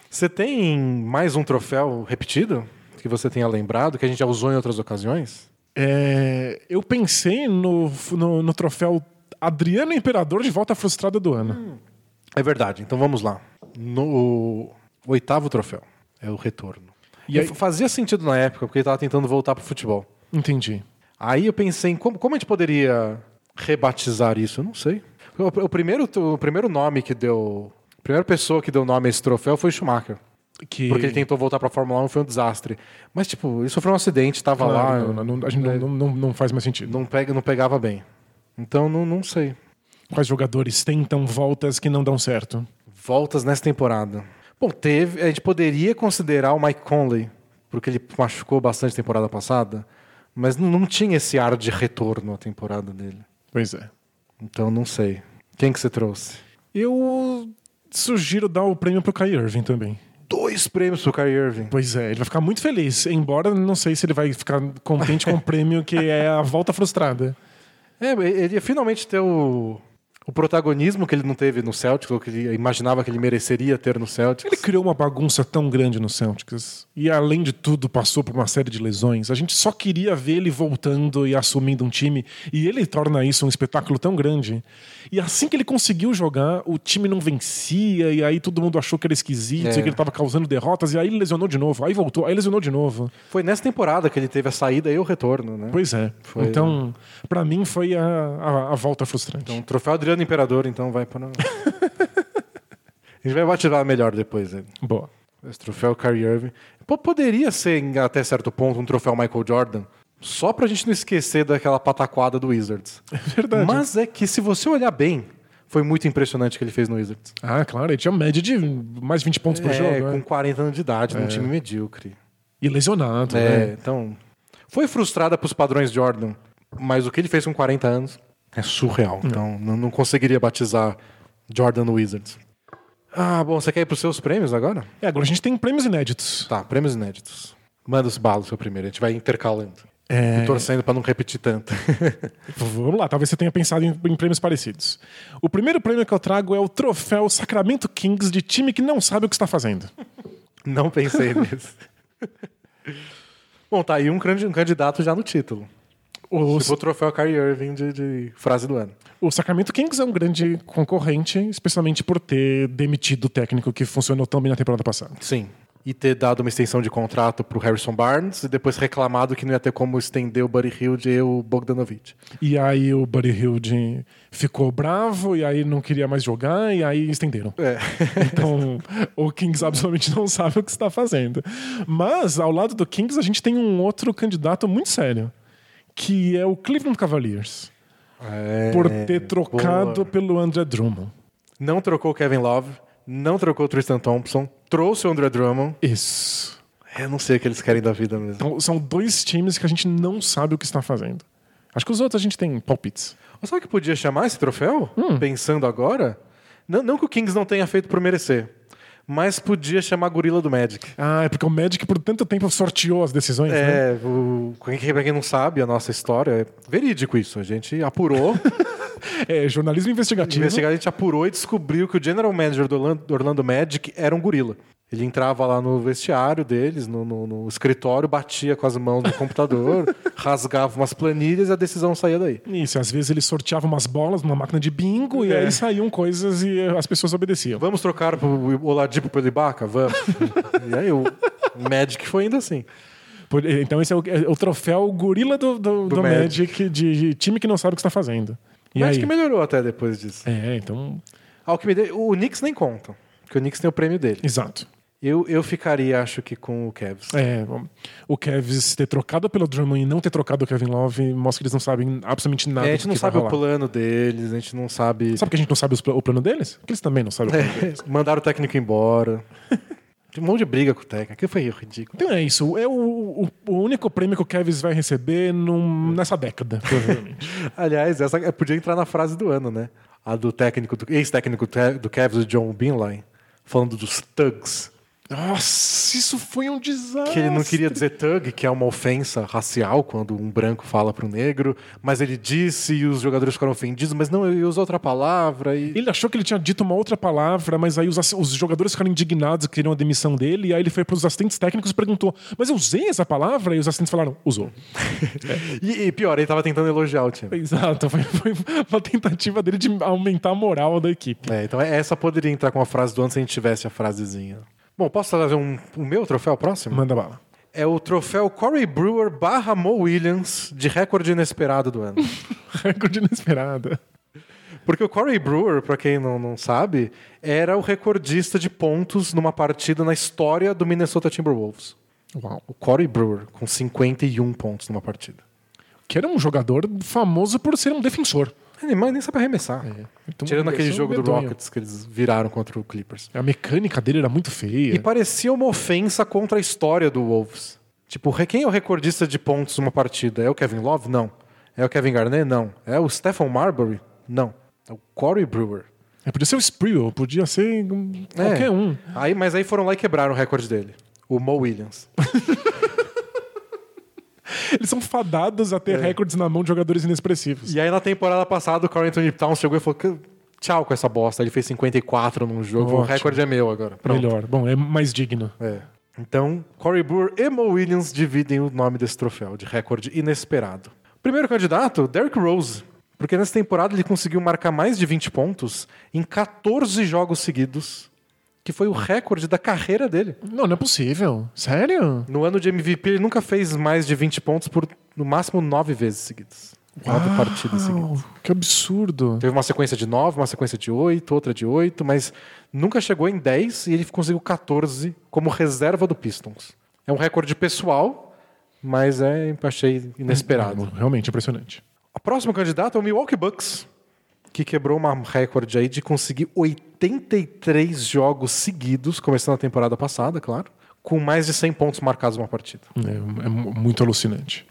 Você tem mais um troféu repetido que você tenha lembrado, que a gente já usou em outras ocasiões?
é, eu pensei no, no, no troféu Adriano Imperador de volta frustrada do ano.
É verdade, então vamos lá. No o oitavo troféu é o retorno.
E
E
aí-
fazia sentido na época, porque ele estava tentando voltar pro futebol.
Entendi.
Aí eu pensei em como, como a gente poderia rebatizar isso, eu não sei. O, o primeiro, o primeiro nome que deu. A primeira pessoa que deu nome a esse troféu foi Schumacher.
Que
Porque ele tentou voltar pra Fórmula 1 foi um desastre. Mas, tipo, ele sofreu um acidente, tava
Claro,
lá. né?
não, não, não- a gente
É.
não, não, não faz mais sentido.
não, pega, não pegava bem. Então, não, não sei.
Quais jogadores tentam voltas que não dão certo?
Voltas nessa temporada. Bom, teve, a gente poderia considerar o Mike Conley, porque ele machucou bastante temporada passada, mas não, não tinha esse ar de retorno à temporada dele.
Pois é.
Então, não sei. Quem que você trouxe?
Eu sugiro dar o prêmio pro Kai Irving também.
Dois prêmios pro Kyrie Irving.
Pois é, ele vai ficar muito feliz, embora não sei se ele vai ficar contente com o prêmio que é a volta frustrada.
É, ele ia finalmente ter o, o protagonismo que ele não teve no Celtics, ou que ele imaginava que ele mereceria ter no Celtics.
Ele criou uma bagunça tão grande no Celtics e além de tudo passou por uma série de lesões. A gente só queria ver ele voltando e assumindo um time e ele torna isso um espetáculo tão grande. E assim que ele conseguiu jogar, o time não vencia e aí todo mundo achou que era esquisito
É.
e que ele tava causando derrotas e aí ele lesionou de novo, aí voltou, aí lesionou de novo.
Foi nessa temporada que ele teve a saída e o retorno, né?
Pois é.
Foi.
Então, pra mim foi a, a, a volta frustrante.
Então, troféu Adriano Imperador, então, vai para... a gente vai batizar melhor depois, né?
Boa.
Esse troféu Kyrie Irving. Pô, poderia ser, em- até certo ponto, um troféu Michael Jordan, só pra gente não esquecer daquela pataquada do Wizards.
É verdade.
Mas é que, se você olhar bem, foi muito impressionante o que ele fez no Wizards.
Ah, claro, ele tinha média de mais 20 pontos por
é,
jogo.
com
né?
40 anos de idade, num time medíocre.
E lesionado,
É,
né?
então... Foi frustrada pros padrões Jordan, mas o que ele fez com 40 anos é surreal. Então, não, não conseguiria batizar Jordan no Wizards. Ah, bom, você quer ir pros seus prêmios agora?
É, agora a gente tem prêmios inéditos.
Tá, prêmios inéditos. Manda os balos seu primeiro, a gente vai intercalando.
É.
E torcendo pra não repetir tanto.
Vamos lá, talvez você tenha pensado em, em prêmios parecidos. O primeiro prêmio que eu trago é o troféu Sacramento Kings de time que não sabe o que está fazendo.
não pensei nisso. Bom, tá aí um candi- um candidato já no título.
O,
Tipo o troféu Kyrie Irving de, de frase do ano.
o Sacramento Kings é um grande concorrente, especialmente por ter demitido o técnico que funcionou tão bem na temporada passada.
Sim. E ter dado uma extensão de contrato pro Harrison Barnes e depois reclamado que não ia ter como estender o Buddy Hilde e o Bogdanovich.
E aí o Buddy Hilde ficou bravo, e aí não queria mais jogar, e aí estenderam.
É.
Então, o Kings absolutamente não sabe o que está fazendo. Mas, ao lado do Kings, a gente tem um outro candidato muito sério, que é o Cleveland Cavaliers, por ter trocado
É, boa.
pelo André Drummond.
Não trocou o Kevin Love, não trocou o Tristan Thompson, trouxe o André Drummond.
Isso.
É, Eu não sei o que eles querem da vida mesmo.
Então, são dois times que a gente não sabe o que está fazendo. Acho que os outros a gente tem palpites.
Ou sabe o que podia chamar esse troféu? Pensando agora? Não, não que o Kings não tenha feito por merecer, mas podia chamar Gorila do Magic.
Ah, é porque o Magic por tanto tempo sorteou as decisões, né?
É, o, quem- quem- pra quem não sabe a nossa história, é verídico isso. A gente apurou,
É, jornalismo investigativo.
investigar, a gente apurou e descobriu que o general manager do Orlan- do Orlando Magic era um gorila. Ele entrava lá no vestiário deles, no, no- no escritório, batia com as mãos no computador, rasgava umas planilhas e a decisão saía daí.
Isso, às vezes ele sorteava umas bolas numa máquina de bingo e
É.
aí saíam coisas e as pessoas obedeciam.
Vamos trocar o Oladipo pelo Ibaka? Vamos. e aí o Magic foi ainda assim.
Por- Então esse é o, é o troféu gorila do, do, do Magic,
Magic.
de time que não sabe o que está fazendo. E
Magic
aí?
melhorou até depois disso.
É, então...
Ao que me deu- o Knicks nem conta, porque o Knicks tem o prêmio dele.
Exato.
Eu, eu ficaria, acho que, com o Cavs.
É, bom, o Kevs ter trocado pelo Drummond e não ter trocado o Kevin Love mostra que eles não sabem absolutamente nada
É, a
do
gente não
que vai
sabe o
rolar.
plano deles, a gente não sabe.
Sabe que a gente não sabe os pla- o plano deles? Que eles também não sabem o plano deles.
É, mandaram o técnico embora. Tem um monte de briga com o técnico. Aquilo foi ridículo.
Então é isso. É o, o- o único prêmio que o Kevs vai receber num- nessa década, provavelmente.
Aliás, essa eu podia entrar na frase do ano, né? A do técnico, do ex-técnico te- do Cavs, o John Binline, falando dos thugs.
Nossa, isso foi um desastre.
Que ele não queria dizer thug, que é uma ofensa racial quando um branco fala para um negro, mas ele disse e os jogadores ficaram ofendidos, mas não, eu ia usar outra palavra. E...
Ele achou que ele tinha dito uma outra palavra, mas aí os, ass- os jogadores ficaram indignados e queriam a demissão dele. E aí ele foi para os assistentes técnicos e perguntou: Mas eu usei essa palavra? E os assistentes falaram: Usou.
E, e pior, ele tava tentando elogiar o time.
Exato, foi, foi uma tentativa dele de aumentar a moral da equipe.
É, então essa poderia entrar com a frase do ano se a gente tivesse a frasezinha. Bom, posso trazer um, o meu troféu próximo?
Manda bala.
É o troféu Corey Brewer barra Mo Williams de recorde inesperado do ano.
Recorde inesperada.
Porque o Corey Brewer, pra quem não, não sabe, era o recordista de pontos numa partida na história do Minnesota Timberwolves.
Uau.
O Corey Brewer, com 51 pontos numa partida.
Que era um jogador famoso por ser um defensor.
Ele mais nem sabe arremessar.
Então,
Tirando aquele
isso é um
jogo do
medonho.
Rockets que eles viraram contra o Clippers.
A mecânica dele era muito feia.
E parecia uma ofensa contra a história do Wolves. Tipo, re- quem é o recordista de pontos numa partida? É o Kevin Love? Não. É o Kevin Garnett? Não. É o Stephen Marbury? Não. É o Corey Brewer.
É, podia ser o Sprewell, podia ser um-
É.
qualquer um.
Aí, mas aí foram lá e quebraram o recorde dele. O Mo Williams.
Eles são fadados a ter recordes na mão de jogadores inexpressivos.
É. E aí na temporada passada o Corey Anthony Towns chegou e falou "Que- tchau com essa bosta. Ele fez 54 num jogo. O
Ótimo.
recorde é meu agora. Pronto.
Melhor. Bom, é mais digno.
É. Então, Corey Brewer e Mo Williams dividem o nome desse troféu de recorde inesperado. Primeiro candidato, Derrick Rose. Porque nessa temporada ele conseguiu marcar mais de 20 pontos em 14 jogos seguidos, que foi o recorde da carreira dele.
Não, não é possível. Sério?
No ano de MVP, ele nunca fez mais de 20 pontos por, no máximo, nove vezes seguidas. Nove partidas seguidas.
Uau, que absurdo.
Teve uma sequência de nove, uma sequência de oito, outra de oito, mas nunca chegou em 10 e ele conseguiu 14 como reserva do Pistons. É um recorde pessoal, mas é, eu achei inesperado.
É, Realmente impressionante.
O próximo candidato é o Milwaukee Bucks, que quebrou um recorde aí de conseguir 83 jogos seguidos, começando a temporada passada, claro, com mais de 100 pontos marcados numa partida.
É, é mu- muito alucinante.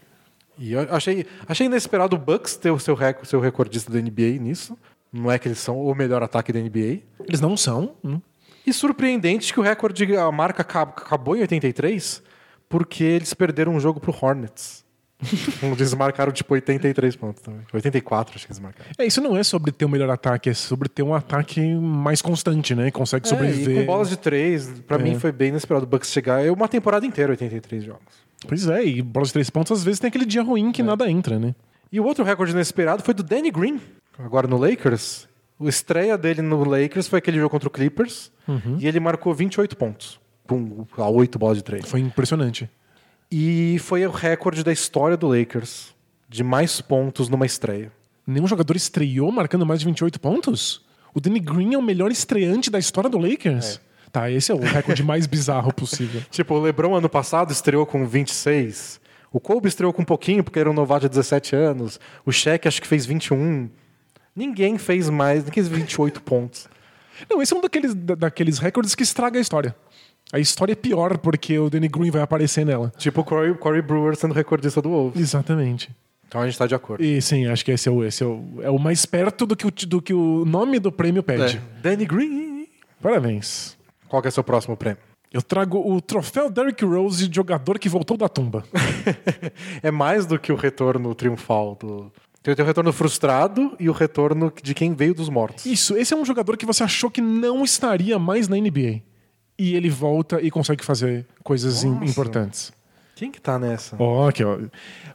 E eu achei, achei inesperado o Bucks ter o seu, rec- seu recordista da NBA nisso. Não é que eles são o melhor ataque da NBA.
Eles não são. hum.
E surpreendente que o recorde, a marca acab- acabou em 83, porque eles perderam um jogo pro Hornets. eles marcaram tipo 83 pontos também. 84, acho que eles marcaram.
É, isso não é sobre ter o melhor ataque, é sobre ter um ataque mais constante, né? E consegue
É,
sobreviver.
e com bolas de três, pra mim foi bem inesperado o Bucks chegar. É uma temporada inteira, 83 jogos.
Pois é, e bolas de três pontos às vezes tem aquele dia ruim que nada entra, né?
E o outro recorde inesperado foi do Danny Green, agora no Lakers. A estreia dele no Lakers foi aquele jogo contra o Clippers, e ele marcou 28 pontos, com a 8 bolas de três.
Foi impressionante.
E foi o recorde da história do Lakers de mais pontos numa estreia.
Nenhum jogador estreou marcando mais de 28 pontos? O Danny Green é o melhor estreante da história do Lakers? Tá, esse é o recorde mais bizarro possível.
Tipo, o LeBron ano passado estreou com 26. O Kobe estreou com um pouquinho, porque era um novato de 17 anos. O Shaq acho que fez 21. Ninguém fez mais, ninguém fez 28 pontos.
Não, esse é um daqueles, da- daqueles recordes que estraga a história. A história é pior porque o Danny Green vai aparecer nela.
Tipo o Corey, Corey Brewer sendo recordista do Wolves.
Exatamente.
Então a gente está de acordo.
E sim, acho que esse é o, esse é o, é o mais perto do que o, ti- do que o nome do prêmio pede.
é, Danny Green.
Parabéns.
Qual que é o seu próximo prêmio?
Eu trago o troféu Derrick Rose de jogador que voltou da tumba.
é mais do que o retorno triunfal do. Tem tem o retorno frustrado e o retorno de quem veio dos mortos.
Isso, esse é um jogador que você achou que não estaria mais na NBA. E ele volta e consegue fazer coisas im-
Nossa.
importantes.
Quem que tá nessa?
Ó, aqui, ó.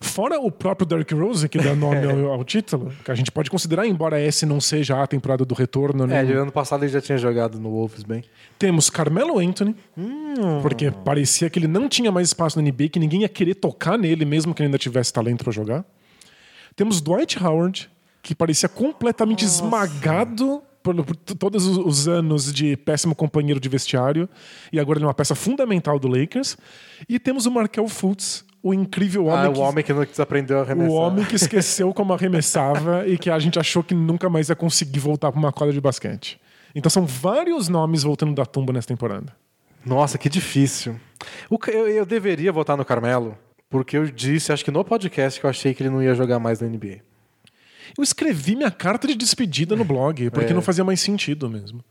Fora o próprio Derrick Rose, que dá nome ao, ao título, que a gente pode considerar, embora esse não seja a temporada do retorno, né?
É, de ano passado ele já tinha jogado no Wolves bem.
Temos Carmelo Anthony,
Hum.
porque parecia que ele não tinha mais espaço na NBA, que ninguém ia querer tocar nele, mesmo que ele ainda tivesse talento pra jogar. Temos Dwight Howard, que parecia completamente esmagado por, por t- todos os- os anos de péssimo companheiro de vestiário, e agora ele é uma peça fundamental do Lakers. E temos o Markel Fultz, o incrível homem
ah,
que
o homem que não aprendeu a arremessar.
o homem que esqueceu como arremessava e que a gente achou que nunca mais ia conseguir voltar para uma quadra de basquete. Então são vários nomes voltando da tumba nessa temporada.
Nossa, que difícil. O Ca- eu, eu deveria votar no Carmelo, porque eu disse, acho que no podcast, que eu achei que ele não ia jogar mais na NBA.
Eu escrevi minha carta de despedida no blog, porque
É.
não fazia mais sentido mesmo.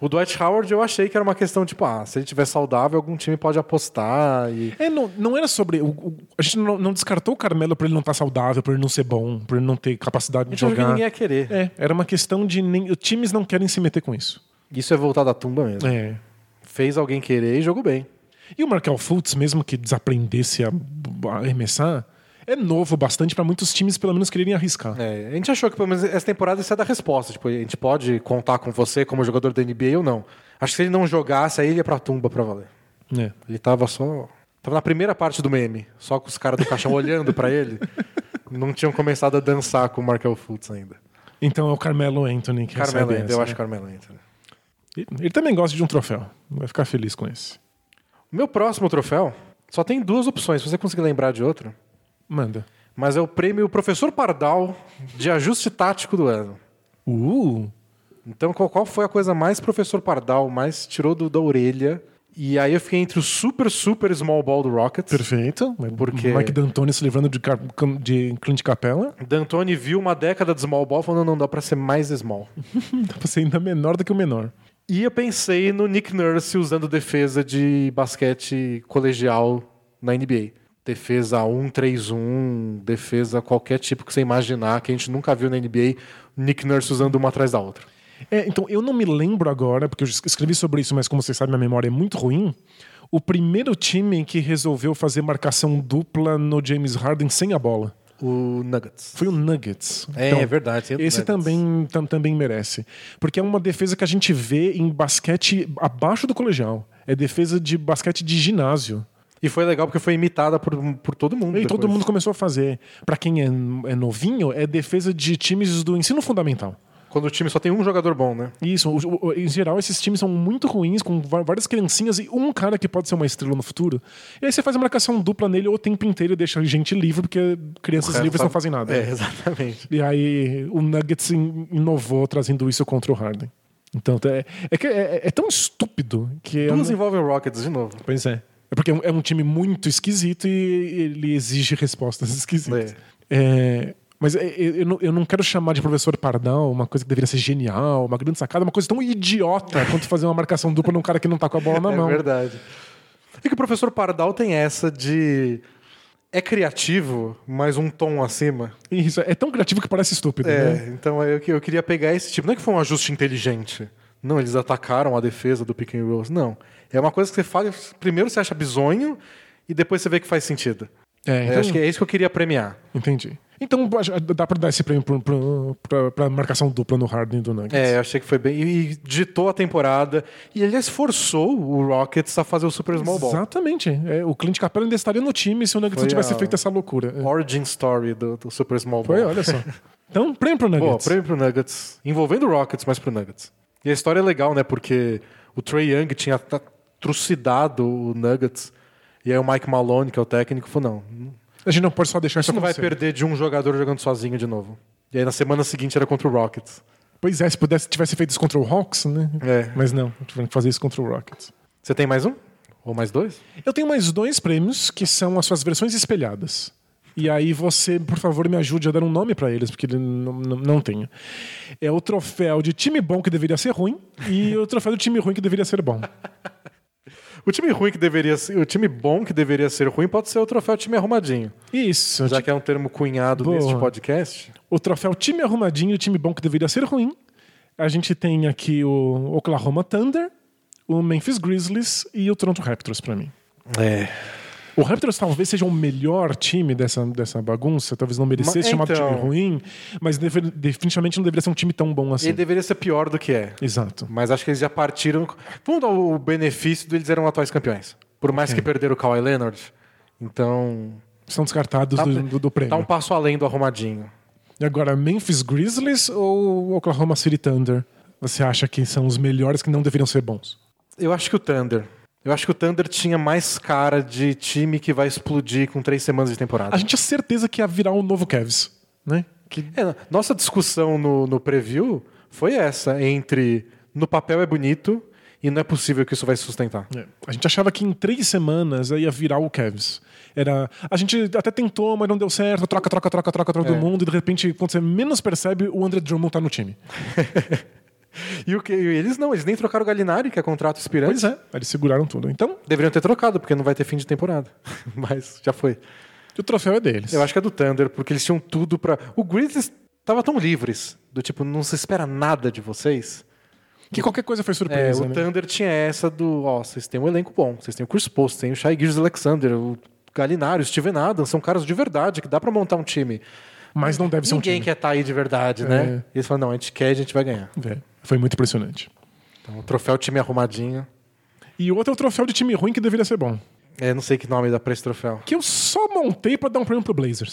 O Dwight Howard eu achei que era uma questão tipo, ah, se ele tiver saudável, algum time pode apostar e.
É, não, não era sobre. o- o- a gente não, não descartou o Carmelo por ele não estar saudável, por ele não ser bom, por ele não ter capacidade de
Eu acho que
jogar.
ninguém ia querer.
É, era uma questão de. Nem, os times não querem se meter com isso.
Isso é voltar da tumba mesmo.
É.
Fez alguém querer e jogou bem.
E o Markel Fultz, mesmo que desaprendesse a a arremessar, é novo bastante para muitos times pelo menos quererem arriscar.
É, a gente achou que pelo menos essa temporada isso é da resposta. Tipo, a gente pode contar com você como jogador da NBA ou não. Acho que se ele não jogasse, aí ele ia pra tumba pra valer.
É.
Ele tava só. Tava na primeira parte do meme, só com os caras do caixão olhando pra ele. Não tinham começado a dançar com o Markel Fultz ainda.
Então é o Carmelo Anthony que
Carmelo
recebe
ainda,
essa,
eu
né?
acho Carmelo ainda.
Ele- Ele também gosta de um troféu. Vai ficar feliz com esse.
O meu próximo troféu só tem duas opções, se você conseguir lembrar de outra.
Manda.
Mas é o prêmio Professor Pardal de ajuste tático do ano.
Uh!
Então, qual, qual foi a coisa mais professor Pardal, mais tirou do, da orelha? E aí eu fiquei entre o super, super small ball do Rockets.
Perfeito.
Porque-
Mike D'Antoni se livrando de, car- de Clint Capella.
D'Antoni viu uma década de small ball falando, não, não dá pra ser mais small.
Dá pra ser ainda menor do que o menor.
e eu pensei no Nick Nurse usando defesa de basquete colegial na NBA. Defesa 1-3-1, defesa qualquer tipo que você imaginar, que a gente nunca viu na NBA, Nick Nurse usando uma atrás da outra.
É, então, eu não me lembro agora, porque eu es- escrevi sobre isso, mas como vocês sabem, minha memória é muito ruim. O primeiro time que resolveu fazer marcação dupla no James Harden sem a bola
O Nuggets.
foi o Nuggets. Então,
É, é verdade, tem o
Esse
Nuggets.
também, tam- também merece. Porque é uma defesa que a gente vê em basquete abaixo do colegial. É defesa de basquete de ginásio.
E foi legal porque foi imitada por, por todo mundo.
E todo
depois.
mundo começou a fazer. Pra quem é, é novinho, é defesa de times do ensino fundamental.
Quando o time só tem um jogador bom, né?
Isso, o- o- em geral, esses times são muito ruins, com va- várias criancinhas e um cara que pode ser uma estrela no futuro. E aí você faz a marcação dupla nele o tempo inteiro e deixa gente livre, porque crianças livres não fazem nada.
É, exatamente.
E aí o Nuggets in- inovou trazendo isso contra o Harden. Então é, é, que é- é tão estúpido que. eu
Todos
não-
envolvem o Rockets de novo.
Pois é. É porque é um, é um time muito esquisito e ele exige respostas esquisitas. É, mas é- é- eu, não- eu não quero chamar de professor Pardal uma coisa que deveria ser genial, uma grande sacada, uma coisa tão idiota quanto fazer uma marcação dupla num cara que não tá com a bola na
é
mão.
verdade. E que o professor Pardal tem essa de. É criativo, mas um tom acima.
Isso, é tão criativo que parece estúpido, né?
É, então eu, que- eu queria pegar esse tipo. Não é que foi um ajuste inteligente. Não, eles atacaram a defesa do pick and rolls. Não. É uma coisa que você fala, primeiro você acha bizonho e depois você vê que faz sentido.
É,
É,
então-
acho que é isso que eu queria premiar.
Entendi. Então acho- dá pra dar esse prêmio pro- pro- pra, pra marcação dupla no Harden do Nuggets.
É, eu achei que foi bem. E, e ditou a temporada. E aliás, forçou o Rockets a fazer o Super Small Ball.
Exatamente. É, o Clint Capella ainda estaria no time se o Nuggets
Foi
não tivesse
a-
feito essa loucura. É.
Origin Story do, do Super Small
Foi,
Ball.
olha só. Então, prêmio pro Nuggets.
Pô, prêmio pro Nuggets. Envolvendo o Rockets, mas pro Nuggets. E a história é legal, né? Porque o Trey Young tinha ta- trucidado o Nuggets. E aí o Mike Malone, que é o técnico, falou: não,
A gente não pode só deixar isso
você não vai
acontecer.
perder de um jogador jogando sozinho de novo. E aí na semana seguinte era contra o Rockets.
Pois é, se pudesse, tivesse feito isso contra o Hawks, né?
É.
Mas não, tiveram que fazer isso contra o Rockets.
Você tem mais um? Ou mais dois?
Eu tenho mais dois prêmios que são as suas versões espelhadas. E aí você, por favor, me ajude a dar um nome para eles, porque ele não, não, não tenho. É o troféu de time bom que deveria ser ruim e o troféu do time ruim que deveria ser bom.
O time ruim que deveria ser. O time bom que deveria ser ruim pode ser o troféu time arrumadinho.
Isso.
Já que é um termo cunhado
Boa.
neste podcast.
O troféu time arrumadinho, time bom que deveria ser ruim. A gente tem aqui o Oklahoma Thunder, o Memphis Grizzlies e o Toronto Raptors pra mim.
É.
O Raptors talvez seja o melhor time dessa, dessa bagunça, talvez não merecesse
Mas,
ser chamado
então-
time ruim, mas deve- definitivamente não deveria ser um time tão bom assim.
Ele deveria ser pior do que é.
Exato.
Mas acho que eles já partiram. Vamos dar o benefício deles eram atuais campeões. Por mais que perderam o Kawhi Leonard. Então.
São descartados
Tá-
do, do- do prêmio.
Tá um passo além do arrumadinho.
E agora, Memphis Grizzlies ou Oklahoma City Thunder? Você acha que são os melhores que não deveriam ser bons?
Eu acho que o Thunder. Eu acho que o Thunder tinha mais cara de time que vai explodir com três semanas de temporada.
A gente tinha certeza que ia virar um novo Cavs, né? Que
É, nossa discussão no, no preview foi essa: entre no papel é bonito e não é possível que isso vai se sustentar.
É. A gente achava que em três semanas ia virar o Cavs. Era, a gente até tentou, mas não deu certo. Troca, troca, troca, troca, troca
É.
todo mundo. E de repente, quando você menos percebe, o André Drummond tá no time.
E, o que, e eles não, eles nem trocaram o Galinari, que é contrato expirante.
Pois é, eles seguraram tudo. Então,
Deveriam ter trocado, porque não vai ter fim de temporada. Mas já foi.
o troféu é deles.
Eu acho que é do Thunder, porque eles tinham tudo pra. O Grizzlies tava tão livres, do tipo, não se espera nada de vocês.
que qualquer coisa foi
É,
surpresa.
o
né?
Thunder tinha essa do, ó, vocês têm um elenco bom, vocês têm o Chris Paul, vocês têm o Shai Gears Alexander, o Galinário, o Steven Adams, são caras de verdade, que dá pra montar um time.
Mas não deve ser
Ninguém
um time.
quer estar aí de verdade, né? E eles falam, não, a gente quer, a gente vai ganhar.
É, foi muito impressionante.
Então, o troféu time arrumadinho.
E o outro é o troféu de time ruim que deveria ser bom.
É, não sei que nome dá pra esse troféu.
Que eu só montei pra dar um prêmio pro Blazers.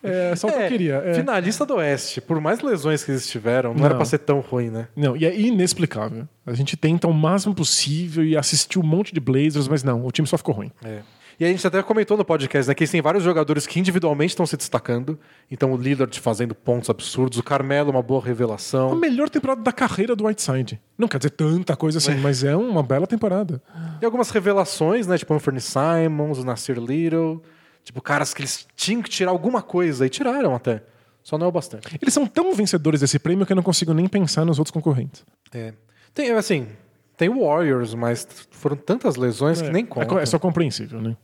é, só o que eu queria. é.
Finalista do Oeste, por mais lesões que eles tiveram, não, era
Não.
pra ser tão ruim, né?
Não, e é inexplicável. A gente tenta o máximo possível e assistiu um monte de Blazers, mas não, o time só ficou ruim.
É. E a gente até comentou no podcast, né, que tem vários jogadores que individualmente estão se destacando. Então o Lillard fazendo pontos absurdos, o Carmelo uma boa
A
revelação.
melhor temporada da carreira do Whiteside. Não quer dizer tanta coisa assim, mas é uma bela temporada.
E algumas revelações, né, tipo Anthony Simons, o Nasir Little, tipo caras que eles tinham que tirar alguma coisa e tiraram até. Só não é o bastante.
Eles são tão vencedores desse prêmio que eu não consigo nem pensar nos outros concorrentes.
É. Tem assim, tem o Warriors, mas foram tantas lesões que nem
É, co-
conta.
é só compreensível, né?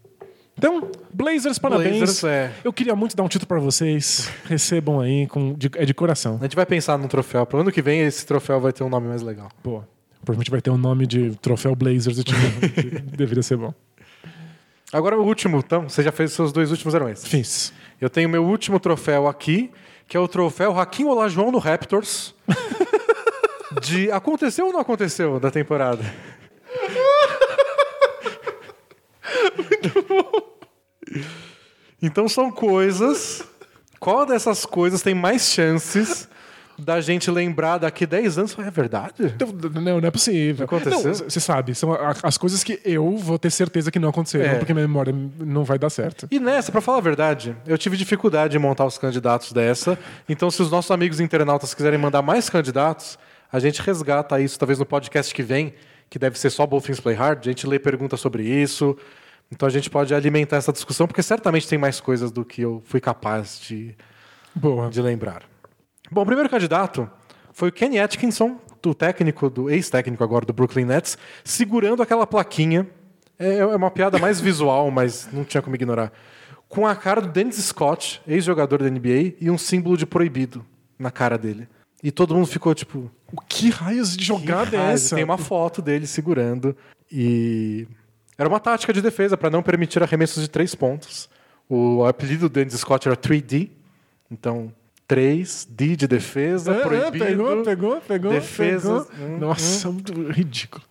Então, Blazers, parabéns.
Blazers, é.
Eu queria muito dar um título pra vocês. Recebam aí, com- de- é de coração.
A gente vai pensar num troféu. Pro ano que vem esse troféu vai ter um nome mais legal.
Boa. Provavelmente vai ter o nome de troféu Blazers do time. que deveria ser bom.
Agora o último, então. Você já fez os seus dois últimos heróis.
Fiz.
Eu tenho meu último troféu aqui, que é o troféu Raquinho Olajuwon no Raptors. De aconteceu ou não aconteceu da temporada? Muito bom. Então são coisas. Qual dessas coisas tem mais chances da gente lembrar daqui 10 anos? É verdade?
Então, Não, não é possível.
Aconteceu?
Não, Você sabe, são a- as coisas que eu vou ter certeza que não aconteceram,
É.
porque minha memória não vai dar certo.
E nessa, pra falar a verdade, eu tive dificuldade em montar os candidatos dessa. Então, se os nossos amigos internautas quiserem mandar mais candidatos, a gente resgata isso talvez no podcast que vem, que deve ser só Both Things Play Hard. A gente lê perguntas sobre isso. Então, a gente pode alimentar essa discussão, porque certamente tem mais coisas do que eu fui capaz de,
Boa.
de lembrar. Bom, o primeiro candidato foi o Kenny Atkinson, do técnico, do ex-técnico agora do Brooklyn Nets, segurando aquela plaquinha. É é uma piada mais visual, mas não tinha como ignorar. Com a cara do Dennis Scott, ex-jogador da NBA, e um símbolo de proibido na cara dele. E todo mundo ficou tipo.
O que raios de jogada é
"Caralho",
essa?
Tem uma foto dele segurando. E. Era uma tática de defesa para não permitir arremessos de três pontos. O apelido do Dennis Scott era 3D. Então, 3D de defesa,
É, é,
proibido.
pegou, pegou, pegou.
defesas.
pegou.
Hum,
Nossa, muito ridículo.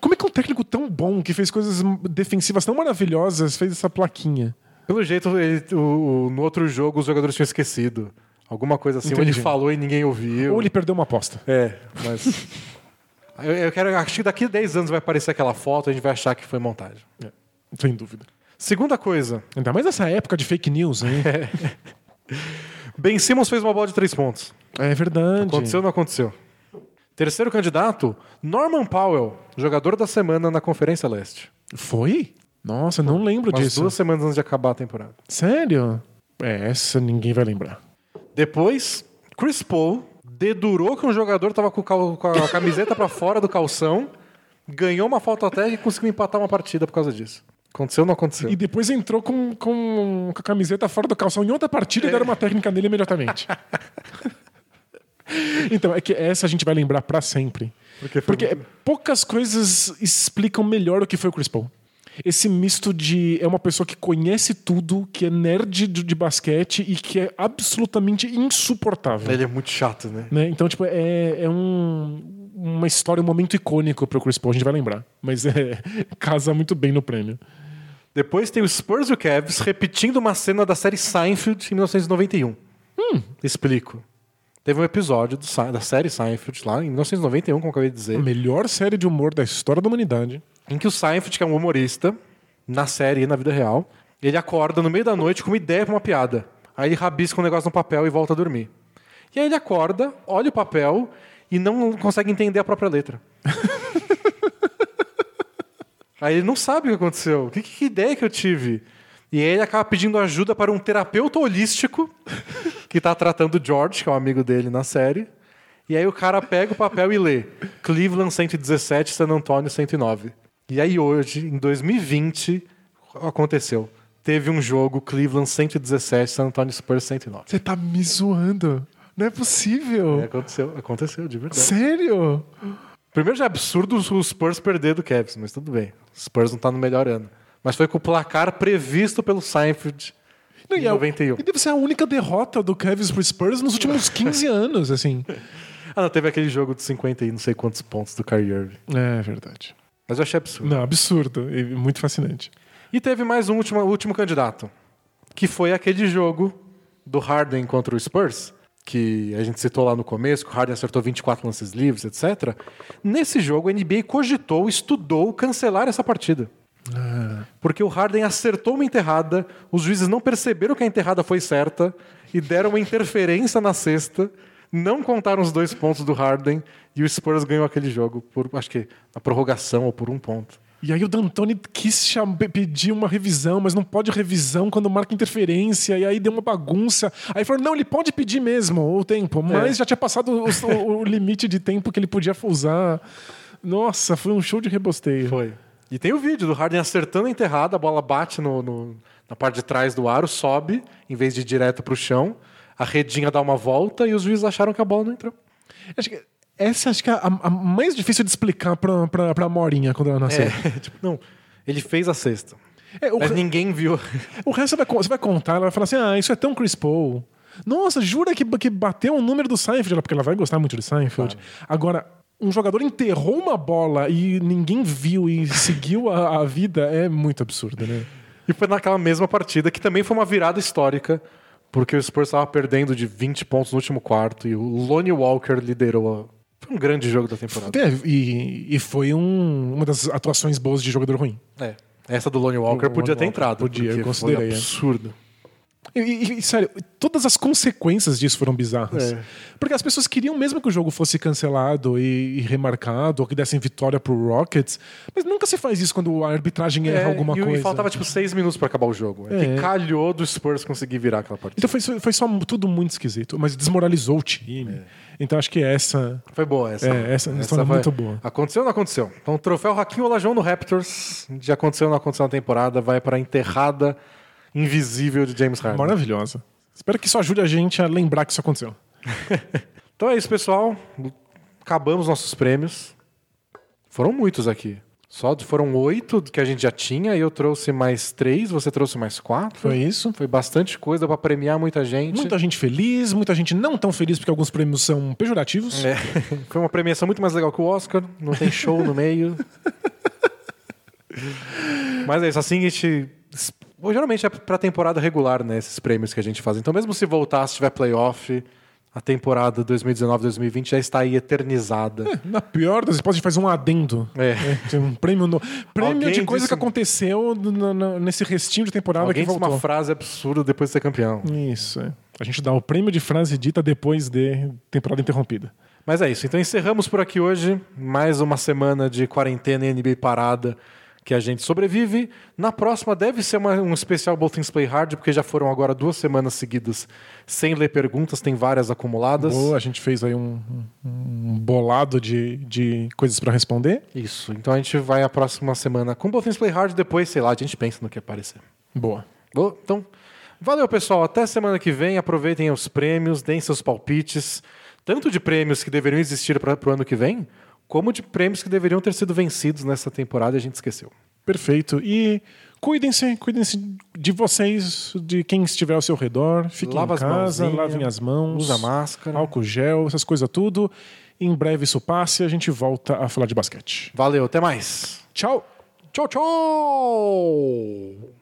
Como é que um técnico tão bom, que fez coisas defensivas tão maravilhosas, fez essa plaquinha?
Pelo jeito, ele- o- o- no outro jogo os jogadores tinham esquecido. Alguma coisa assim, ou
Entendi.
ele falou e ninguém ouviu.
Ou ele perdeu uma aposta?
É, mas. eu, eu quero. Acho que daqui a 10 anos vai aparecer aquela foto, a gente vai achar que foi montagem.
É, sem dúvida.
Segunda coisa,
Ainda mais nessa época de fake news, hein?
Ben Simmons fez uma bola de três pontos.
É verdade.
Aconteceu ou não aconteceu? Terceiro candidato, Norman Powell, jogador da semana na Conferência Leste.
Foi? Nossa, não lembro
Umas
disso.
duas semanas antes de acabar a temporada.
Sério? É, essa ninguém vai lembrar.
Depois, Chris Paul dedurou que um jogador tava com, o cal- com a camiseta pra fora do calção, ganhou uma falta técnica e conseguiu empatar uma partida por causa disso. Aconteceu ou não aconteceu?
E depois entrou com, com, com a camiseta fora do calção em outra partida e deram uma técnica nele imediatamente. então, é que essa a gente vai lembrar pra sempre.
Porque foi
Porque poucas coisas explicam melhor o que foi o Chris Paul. Esse misto de. É uma pessoa que conhece tudo, que é nerd de, de basquete e que é absolutamente insuportável.
Ele é muito chato, né?
né? Então, tipo, é, é um- uma história, um momento icônico pro Chris Paul, a gente vai lembrar. Mas é, casa muito bem no prêmio.
Depois tem o Spurs e o Cavs repetindo uma cena da série Seinfeld em 1991. Explico. Teve um episódio do Sein- da série Seinfeld lá em 1991, como eu acabei de dizer,
A melhor série de humor da história da humanidade.
em que o Seinfeld, que é um humorista, na série e na vida real, ele acorda no meio da noite com uma ideia pra uma piada. Aí ele rabisca um negócio no papel e volta a dormir. E aí ele acorda, olha o papel e não consegue entender a própria letra. Aí ele não sabe o que aconteceu. Que, que ideia que eu tive? E aí ele acaba pedindo ajuda para um terapeuta holístico que está tratando o George, que é um amigo dele na série. E aí o cara pega o papel e lê Cleveland 117, San Antonio 109. E aí hoje, em 2020, aconteceu. Teve um jogo Cleveland 117, San Antonio Spurs 109.
Você tá me zoando. Não é
E
possível.
aconteceu, aconteceu de verdade.
Sério?
Primeiro já é absurdo o Spurs perder do Cavs, mas tudo bem. O Spurs não tá no melhor ano. Mas foi com o placar previsto pelo Seinfeld
Não,
em
e, é-
91.
e deve ser a única derrota do Cavs pro Spurs nos últimos 15 anos, assim.
Ah, não, teve aquele jogo de 50 e não sei quantos pontos do Kyrie Irving.
É verdade.
Mas eu achei absurdo.
Não, absurdo. E muito fascinante.
E teve mais um último, último candidato, que foi aquele jogo do Harden contra o Spurs, que a gente citou lá no começo, que o Harden acertou 24 lances livres, etc. Nesse jogo, a NBA cogitou, estudou cancelar essa partida. Porque o Harden acertou uma enterrada, os juízes não perceberam que a enterrada foi certa e deram uma interferência na sexta, não contaram os dois pontos do Harden e o Spurs ganhou aquele jogo por, acho que, na prorrogação ou por um ponto.
E aí o D'Antoni quis cham- pe- pedir uma revisão, mas não pode revisão quando marca interferência, e aí deu uma bagunça. Aí falou, não, ele pode pedir mesmo o tempo, mas já tinha passado o, o- o limite de tempo que ele podia usar. Nossa, foi um show de rebosteio.
Foi. E tem o vídeo do Harden acertando a enterrada, a bola bate no, no- na parte de trás do aro, sobe, em vez de ir direto pro chão, a redinha dá uma volta e os juízes acharam que a bola não entrou.
Acho que- essa acho que é a, a mais difícil de explicar pra, pra, pra Morinha quando ela nasceu.
tipo, não, ele fez a sexta.
É, o,
Mas
re-
ninguém viu.
o resto você vai, con- você vai contar, ela vai falar assim: ah, isso é tão Chris Paul. Nossa, jura que, que bateu o número do Seinfeld? Ela- Porque ela vai gostar muito de Seinfeld. Agora, um jogador enterrou uma bola e ninguém viu e seguiu a, a vida é muito absurdo, né?
E foi naquela mesma partida, que também foi uma virada histórica, porque o Spurs estava perdendo de 20 pontos no último quarto e o Lonnie Walker liderou. A... Foi um grande jogo da temporada.
É, E, e foi um- uma das atuações boas de jogador ruim.
É. Essa do Lonnie Walker
O
podia
Lonnie
ter
Walker
entrado.
podia,
porque
eu considerei,
Foi um
é.
absurdo.
E, e- e, sério, todas as consequências disso foram bizarras.
É.
Porque as pessoas queriam mesmo que o jogo fosse cancelado e, e remarcado, ou que dessem vitória pro Rockets, mas nunca se faz isso quando a arbitragem erra
É,
alguma
e,
coisa.
E faltava tipo seis minutos pra acabar o jogo. É.
É.
Que calhou do Spurs conseguir virar aquela partida.
Então foi, só- foi só tudo muito esquisito, mas desmoralizou o time.
É.
Então acho que essa.
Foi boa essa.
É, essa história é muito boa.
Aconteceu ou não aconteceu? Então, o troféu Raquinho Olajão no Raptors, de aconteceu ou não aconteceu na temporada, vai pra enterrada invisível de James Harden.
Maravilhosa. Espero que isso ajude a gente a lembrar que isso aconteceu.
Então é isso, pessoal. Acabamos nossos prêmios. Foram muitos aqui. Só foram oito que a gente já tinha, e eu trouxe mais três, você trouxe mais quatro.
Foi isso.
Foi bastante coisa pra premiar muita gente.
Muita gente feliz, muita gente não tão feliz porque alguns prêmios são pejorativos.
É. Foi uma premiação muito mais legal que o Oscar, não tem show no meio. Mas é isso, assim a gente. Bom, Geralmente é pra temporada regular, né? Esses prêmios que a gente faz. Então, mesmo se voltar, se tiver playoff, a temporada 2019-2020 já está aí eternizada.
Na pior das hipóteses, a gente faz um adendo.
É.
É, tem um prêmio no... prêmio
Alguém
de coisa
disse-
que aconteceu no- no- nesse restinho de temporada
Alguém
que
disse uma
voltou.
frase absurda depois de ser campeão.
Isso. é. A gente dá o prêmio de frase dita depois de temporada interrompida.
Mas é isso. Então encerramos por aqui hoje. Mais uma semana de quarentena e NBA parada. que a gente sobrevive. Na próxima deve ser uma- um especial Both Things Play Hard, porque já foram agora duas semanas seguidas sem ler perguntas, tem várias acumuladas.
Boa, a gente fez aí um, um bolado de, de coisas pra responder.
Isso. Então a gente vai a próxima semana com Both Things Play Hard, depois, sei lá, a gente pensa no que aparecer.
Boa.
Boa. Então, valeu, pessoal. Até semana que vem. Aproveitem os prêmios, deem seus palpites, tanto de prêmios que deveriam existir para o ano que vem, como de prêmios que deveriam ter sido vencidos nessa temporada e a gente esqueceu.
Perfeito. E cuidem-se, cuidem-se de vocês, de quem estiver ao seu redor. Fiquem
Lava
em
as
casa,
mãozinhas,
lavem as mãos.
Usa máscara.
Álcool gel, essas coisas tudo. Em breve isso passa e a gente volta a falar de basquete.
Valeu, até mais.
Tchau!
Tchau, tchau!